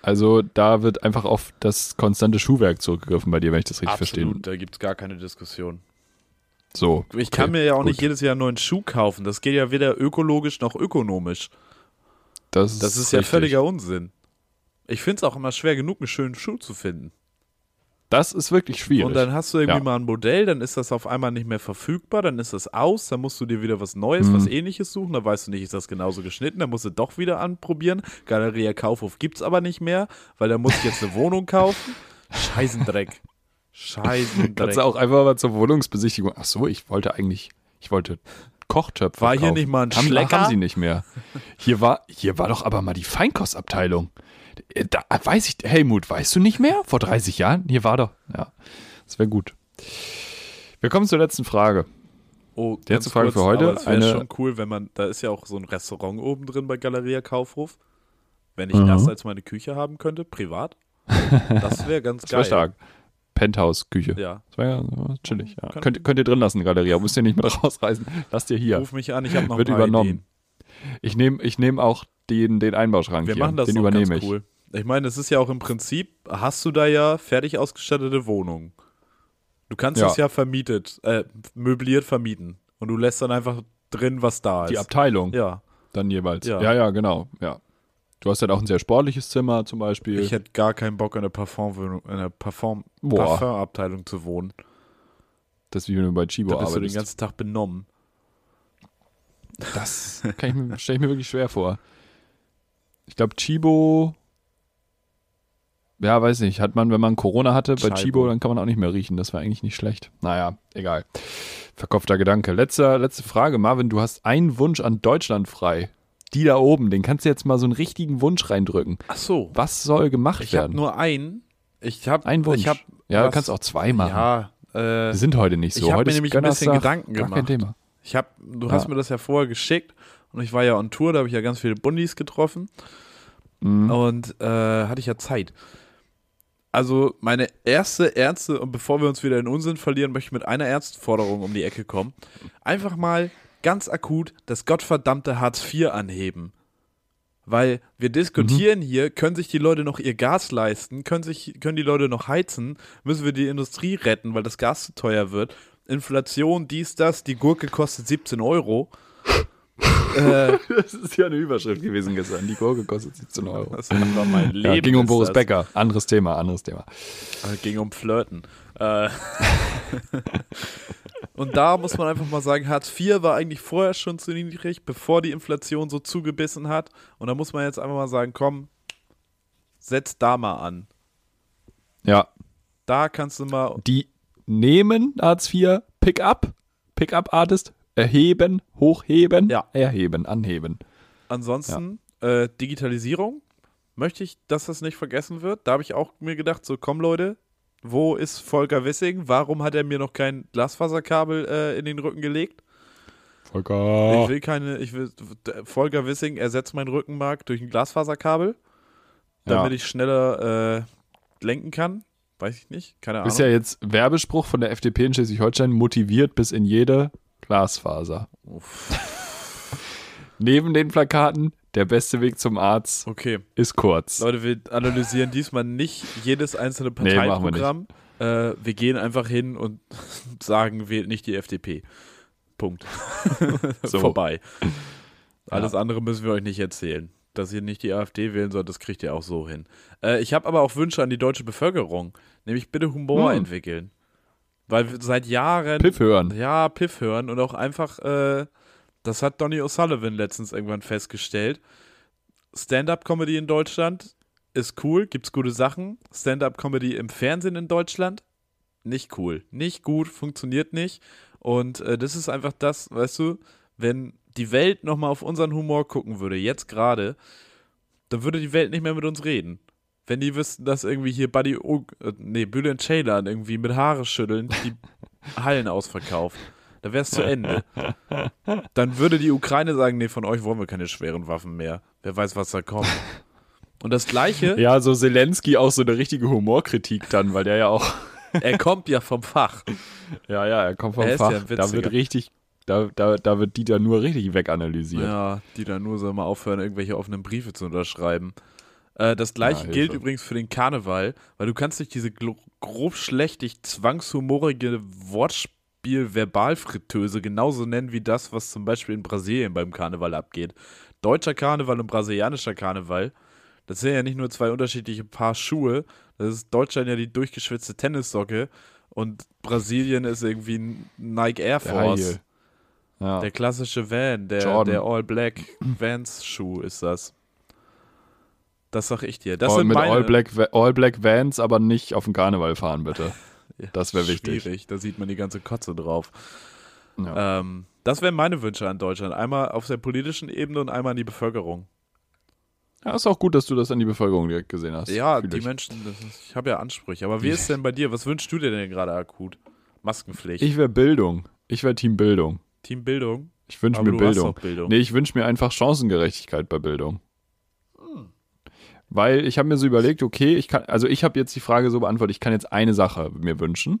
Also da wird einfach auf das konstante Schuhwerk zurückgegriffen bei dir, wenn ich das richtig verstehe.
da gibt es gar keine Diskussion.
So.
Ich
okay,
kann mir ja auch
gut.
nicht jedes Jahr einen neuen Schuh kaufen. Das geht ja weder ökologisch noch ökonomisch.
Das ist,
Das ist ja
richtig.
völliger Unsinn. Ich finde es auch immer schwer genug, einen schönen Schuh zu finden.
Das ist wirklich schwierig.
Und dann hast du irgendwie
Ja.
mal ein Modell, dann ist das auf einmal nicht mehr verfügbar, dann ist das aus, dann musst du dir wieder was Neues, was
Mhm.
ähnliches suchen, da weißt du nicht, ist das genauso geschnitten, dann musst du doch wieder anprobieren. Galeria Kaufhof gibt's aber nicht mehr, weil da muss ich jetzt eine
(laughs)
Wohnung kaufen. Scheißendreck.
Kannst du
Scheißendreck.
auch einfach mal zur Wohnungsbesichtigung. Ach so, ich wollte eigentlich, ich wollte Kochtöpfe.
War hier
kaufen.
nicht mal ein
haben,
Schlecker?
Haben sie nicht mehr. Hier war, hier war doch aber mal die Feinkostabteilung. Äh, Da weiß ich, Helmut, weißt du nicht mehr? Vor 30 Jahren? Hier war doch. Ja, das wäre gut. Wir kommen zur letzten Frage.
Oh,
Die letzte Frage für heute,
Aber es wäre
eine-
schon cool, wenn man, da ist ja auch so ein Restaurant oben drin bei Galeria Kaufhof.
Mhm.
Wenn ich das als meine Küche haben könnte, privat, das wäre
(laughs)
ganz
Das wäre
geil.
stark. Penthouse-Küche.
Ja.
Das war ja das war chillig. Ja.
Kann-
Könnt, könnt ihr drin lassen, Galeria. Müsst ihr nicht mit
(laughs)
rausreißen. Lasst ihr hier.
Ruf mich an, ich habe noch
Wird
ein paar
übernommen.
Ideen.
Ich nehme ich nehm auch den, den Einbauschrank
Wir
hier.
machen das
den
noch
übernehme
ganz
ich.
cool. Ich meine, es ist ja auch im Prinzip, hast du da ja fertig ausgestattete Wohnungen. Du kannst
Ja.
es ja vermietet, äh, möbliert vermieten. Und du lässt dann einfach drin, was da ist.
Die Abteilung
ja,
dann jeweils.
Ja.
Ja. ja, genau. Ja. Du hast halt auch ein sehr sportliches Zimmer zum Beispiel.
ich hätte gar keinen Bock, in einer Parfumwohnung, in einer Parfum
Boah.
Parfumabteilung zu wohnen.
das ist wie wenn du bei Chibo
Da bist du den
arbeitest.
ganzen Tag benommen.
das (laughs) kann ich mir- stelle ich mir wirklich schwer vor. Ich glaube, Chibo. Ja, weiß nicht. Hat man, wenn man Corona hatte bei
Chibo.
Chibo, dann kann man auch nicht mehr riechen. Das war eigentlich nicht schlecht. Naja, egal. Verkopfter Gedanke. Letzte, letzte Frage, Marvin. Du hast einen Wunsch an Deutschland frei. Die da oben, den kannst du jetzt mal so einen richtigen Wunsch reindrücken.
Ach so.
Was soll gemacht
Ich habe
werden?
nur einen. Ich habe
Ein Wunsch.
Ich hab,
ja, du
was-
kannst auch zwei machen.
Ja, äh,
Wir sind heute nicht so.
ich hab
heute
mir
ist
nämlich ein bisschen
Gönnerstag.
Gedanken
Gar
gemacht.
Kein
(laughs)
Thema.
Ich hab, du
Ja.
hast mir das ja vorher geschickt und ich war ja on Tour, da habe ich ja ganz viele Bundis getroffen
Mhm.
und äh, hatte ich ja Zeit. Also meine erste Ärzte, und bevor wir uns wieder in Unsinn verlieren, möchte ich mit einer Ärzteforderung um die Ecke kommen. Einfach mal ganz akut das gottverdammte Hartz IV anheben. Weil wir diskutieren
Mhm.
hier, können sich die Leute noch ihr Gas leisten, können, sich, können die Leute noch heizen, müssen wir die Industrie retten, weil das Gas zu teuer wird. Inflation, dies, das, die Gurke kostet 17 Euro. äh,
Das ist ja eine Überschrift gewesen gestern. Die Gurke kostet (laughs) 17 Euro.
das war mein Leben.
Ja, ging um
ist
Boris
das.
Becker. Anderes Thema, anderes Thema.
Äh, Ging um Flirten. Äh, (laughs) Und da muss man einfach mal sagen, Hartz IV war eigentlich vorher schon zu niedrig, bevor die Inflation so zugebissen hat. Und da muss man jetzt einfach mal sagen, komm, setz da mal an.
Ja,
Da kannst du mal
die nehmen Hartz IV, Pick-up, Pick-up-Artist, erheben, hochheben,
Ja.
erheben, anheben.
Ansonsten äh, Digitalisierung. Möchte ich, dass das nicht vergessen wird. Da habe ich auch mir gedacht, so komm Leute, wo ist Volker Wissing? Warum hat er mir noch kein Glasfaserkabel äh, in den Rücken gelegt?
Volker.
Ich will keine, ich will, Volker Wissing ersetzt meinen Rückenmark durch ein Glasfaserkabel, damit ich schneller äh, lenken kann. Weiß ich nicht, keine Ahnung.
Ist ja jetzt Werbespruch von der FDP in Schleswig-Holstein, motiviert bis in jede Glasfaser. (laughs) Neben den Plakaten, der beste Weg zum Arzt
okay.
ist kurz.
Leute, wir analysieren diesmal nicht jedes einzelne
Nee, machen wir
Parteiprogramm. äh, wir gehen einfach hin und (laughs) sagen, wählt nicht die FDP. Punkt.
So.
Vorbei. Alles andere müssen wir euch nicht erzählen. Dass ihr nicht die AfD wählen sollt, das kriegt ihr auch so hin. Äh, ich habe aber auch Wünsche an die deutsche Bevölkerung. Nämlich bitte Humor
Hm.
entwickeln. Weil wir seit Jahren
Piff hören.
ja, Piff hören und auch einfach, äh, das hat Donny O'Sullivan letztens irgendwann festgestellt. Stand-up-Comedy in Deutschland ist cool, gibt's gute Sachen. Stand-up-Comedy im Fernsehen in Deutschland nicht cool, nicht gut, funktioniert nicht. Und äh, das ist einfach das, weißt du, wenn die Welt nochmal auf unseren Humor gucken würde, jetzt gerade, dann würde die Welt nicht mehr mit uns reden. Wenn die wüssten, dass irgendwie hier Buddy, O- äh, nee, Bülent Ceylan irgendwie mit Haare schütteln, die Hallen ausverkauft. Da wär's zu Ende. Dann würde die Ukraine sagen, nee, von euch wollen wir keine schweren Waffen mehr. Wer weiß, was da kommt. Und das Gleiche,
Ja, so Zelensky auch so eine richtige Humorkritik dann, weil der ja auch,
er kommt ja vom Fach.
ja, ja, er kommt vom
Er ist ja
Fach.
ein
da wird
Witziger.
richtig, da, da, da wird Dieter nur richtig weganalysiert.
Ja, die dann nur so mal aufhören, irgendwelche offenen Briefe zu unterschreiben. Äh, das
Ja,
gleiche
Hilfe.
gilt übrigens für den Karneval, weil du kannst nicht diese gro- grob schlechtig zwangshumorige Wortspiel-Verbalfritteuse genauso nennen wie das, was zum Beispiel in Brasilien beim Karneval abgeht. Deutscher Karneval und brasilianischer Karneval, das sind ja nicht nur zwei unterschiedliche Paar Schuhe. Das ist Deutschland ja die durchgeschwitzte Tennissocke und Brasilien ist irgendwie ein Nike Air
Der High
Force.
Heel. Ja.
Der klassische Van, der,
Jordan.
der All Black Vans Schuh ist das. Das sag ich dir. Das
All,
sind
Oh, mit
meine,
All Black, Va- All Black Vans, aber nicht auf den Karneval fahren,
(laughs)
bitte.
Ja,
das wär wichtig.
Schwierig, da sieht man die ganze Kotze drauf.
Ja.
Ähm, das wären meine Wünsche an Deutschland. Einmal auf der politischen Ebene und einmal an die Bevölkerung.
ja, ist auch gut, dass du das an die Bevölkerung direkt gesehen hast.
Ja,
Fühl
die
ich.
Menschen, das ist, ich habe ja Ansprüche. Aber wie ist denn bei dir? Was wünschst du dir denn gerade akut? Maskenpflicht,
Ich wäre Bildung. Ich wäre Team Bildung.
Teambildung.
Ich wünsche
Aber
mir
du hast
Bildung.
auch Bildung.
Nee, ich wünsche mir einfach Chancengerechtigkeit bei Bildung. Weil ich habe mir so überlegt, okay, ich kann, also ich habe jetzt die Frage so beantwortet, ich kann jetzt eine Sache mir wünschen.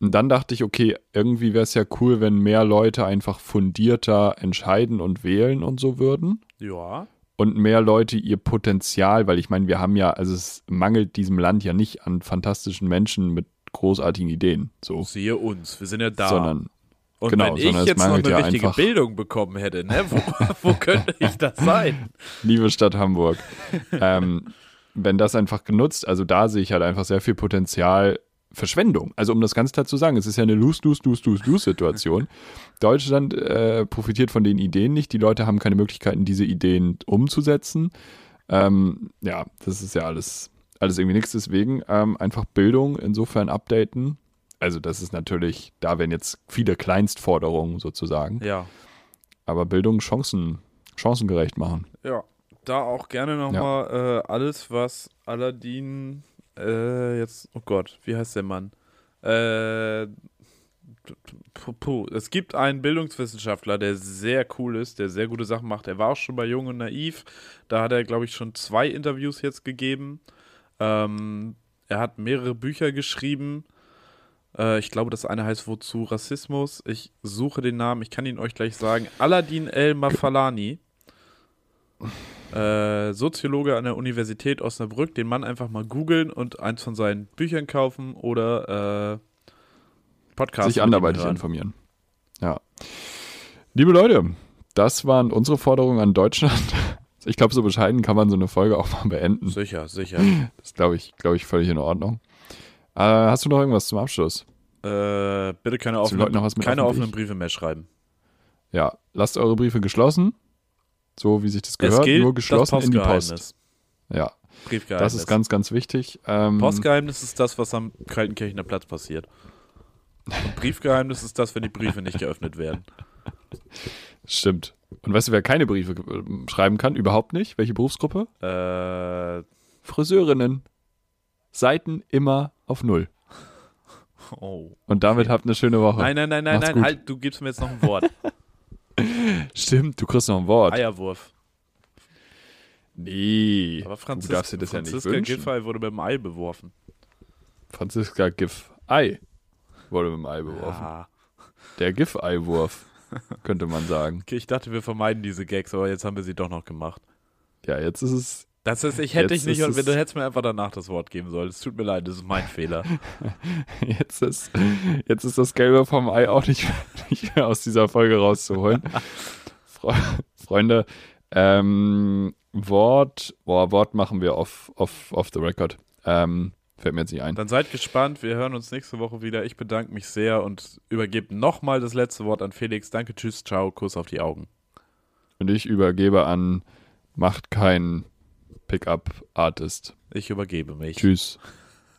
Und dann dachte ich, okay, irgendwie wäre es ja cool, wenn mehr Leute einfach fundierter entscheiden und wählen und so würden.
Ja.
Und mehr Leute ihr Potenzial, weil ich meine, wir haben ja, also es mangelt diesem Land ja nicht an fantastischen Menschen mit großartigen Ideen. So.
Siehe uns, wir sind ja da.
Oh. Sondern
Und
genau,
wenn
sondern
ich
es
jetzt noch eine
mangelt ja
richtige
einfach-
Bildung bekommen hätte, ne? wo,
(laughs)
wo könnte ich das sein?
Liebe Stadt Hamburg. ähm, wenn das einfach genutzt, also da sehe ich halt einfach sehr viel Potenzial Verschwendung. Also um das ganz klar zu sagen, es ist ja eine Lose-Lose-Lose-Lose-Situation. Deutschland äh, profitiert von den Ideen nicht. Die Leute haben keine Möglichkeiten, diese Ideen umzusetzen. Ähm, ja, das ist ja alles, alles irgendwie nichts. Deswegen ähm, einfach Bildung insofern updaten. Also das ist natürlich, da werden jetzt viele Kleinstforderungen sozusagen.
Ja.
Aber Bildung Chancen, chancengerecht machen.
Ja. Da auch gerne
Ja.
nochmal mal äh, alles, was Aladdin äh, jetzt, oh Gott, wie heißt der Mann? Äh, puh, puh. Es gibt einen Bildungswissenschaftler, der sehr cool ist, der sehr gute Sachen macht. Er war auch schon bei Jung und Naiv. Da hat er, glaube ich, schon zwei Interviews jetzt gegeben. Ähm, er hat mehrere Bücher geschrieben. Äh, ich glaube, das eine heißt Wozu Rassismus. Ich suche den Namen, ich kann ihn euch gleich sagen. Aladdin El Mafalani. Äh, Soziologe an der Universität Osnabrück, den Mann einfach mal googeln und eins von seinen Büchern kaufen oder äh, Podcast.
sich anderweitig informieren. Ja. Liebe Leute, das waren unsere Forderungen an Deutschland. (laughs) Ich glaube, so bescheiden kann man so eine Folge auch mal beenden.
Sicher,
(laughs)
sicher. Äh,
Das ist, glaube ich, glaube ich, völlig in Ordnung. Äh, hast du noch irgendwas zum Abschluss?
äh, bitte keine
Hast du
offenen,
Leuten noch was mit
keine
auf den
offenen
Weg?
Briefe mehr schreiben.
Ja, lasst eure Briefe geschlossen, so wie sich das gehört, nur geschlossen in die Post. Ja,
Briefgeheimnis.
das ist ganz, ganz wichtig. Ähm,
Postgeheimnis ist das, was am Kaltenkirchener Platz passiert. Und Briefgeheimnis ist das, wenn die Briefe nicht geöffnet werden.
Stimmt. Und weißt du, wer keine Briefe äh, schreiben kann? Überhaupt nicht. Welche Berufsgruppe?
Äh,
Friseurinnen. Seiten immer auf Null.
oh.
Und damit habt eine schöne Woche.
Nein, nein, nein, nein,
Macht's
nein.
gut.
Halt, du gibst mir jetzt noch ein
(laughs)
Wort.
Stimmt, du kriegst noch ein Wort.
Eierwurf.
Nee.
Aber Franzis
du darfst dir das
Franziska
ja nicht wünschen.
Giffey wurde mit dem Ei beworfen.
Franziska Giffey wurde mit dem Ei beworfen.
Ah.
Der Giffey-Wurf, könnte man sagen.
Okay, ich dachte, wir vermeiden diese Gags, aber jetzt haben wir sie doch noch gemacht.
Ja, jetzt ist es. (laughs)
Das ist, ich hätte
Jetzt
dich nicht,
ist
und
es-
du hättest mir einfach danach das Wort geben sollen. Es tut mir leid, das ist mein Fehler.
Jetzt ist, jetzt ist das Gelbe vom Ei auch nicht, mehr- (laughs) nicht mehr aus dieser Folge
(laughs)
rauszuholen. Fre Freunde, ähm, Wort. Boah, Wort machen wir off, off, off the record. Ähm, fällt mir jetzt nicht ein.
Dann seid gespannt. Wir hören uns nächste Woche wieder. Ich bedanke mich sehr und übergebe nochmal das letzte Wort an Felix. Danke, tschüss, ciao, Kuss auf die Augen.
Und ich übergebe an, macht keinen Pickup-Artist.
Ich übergebe mich.
Tschüss.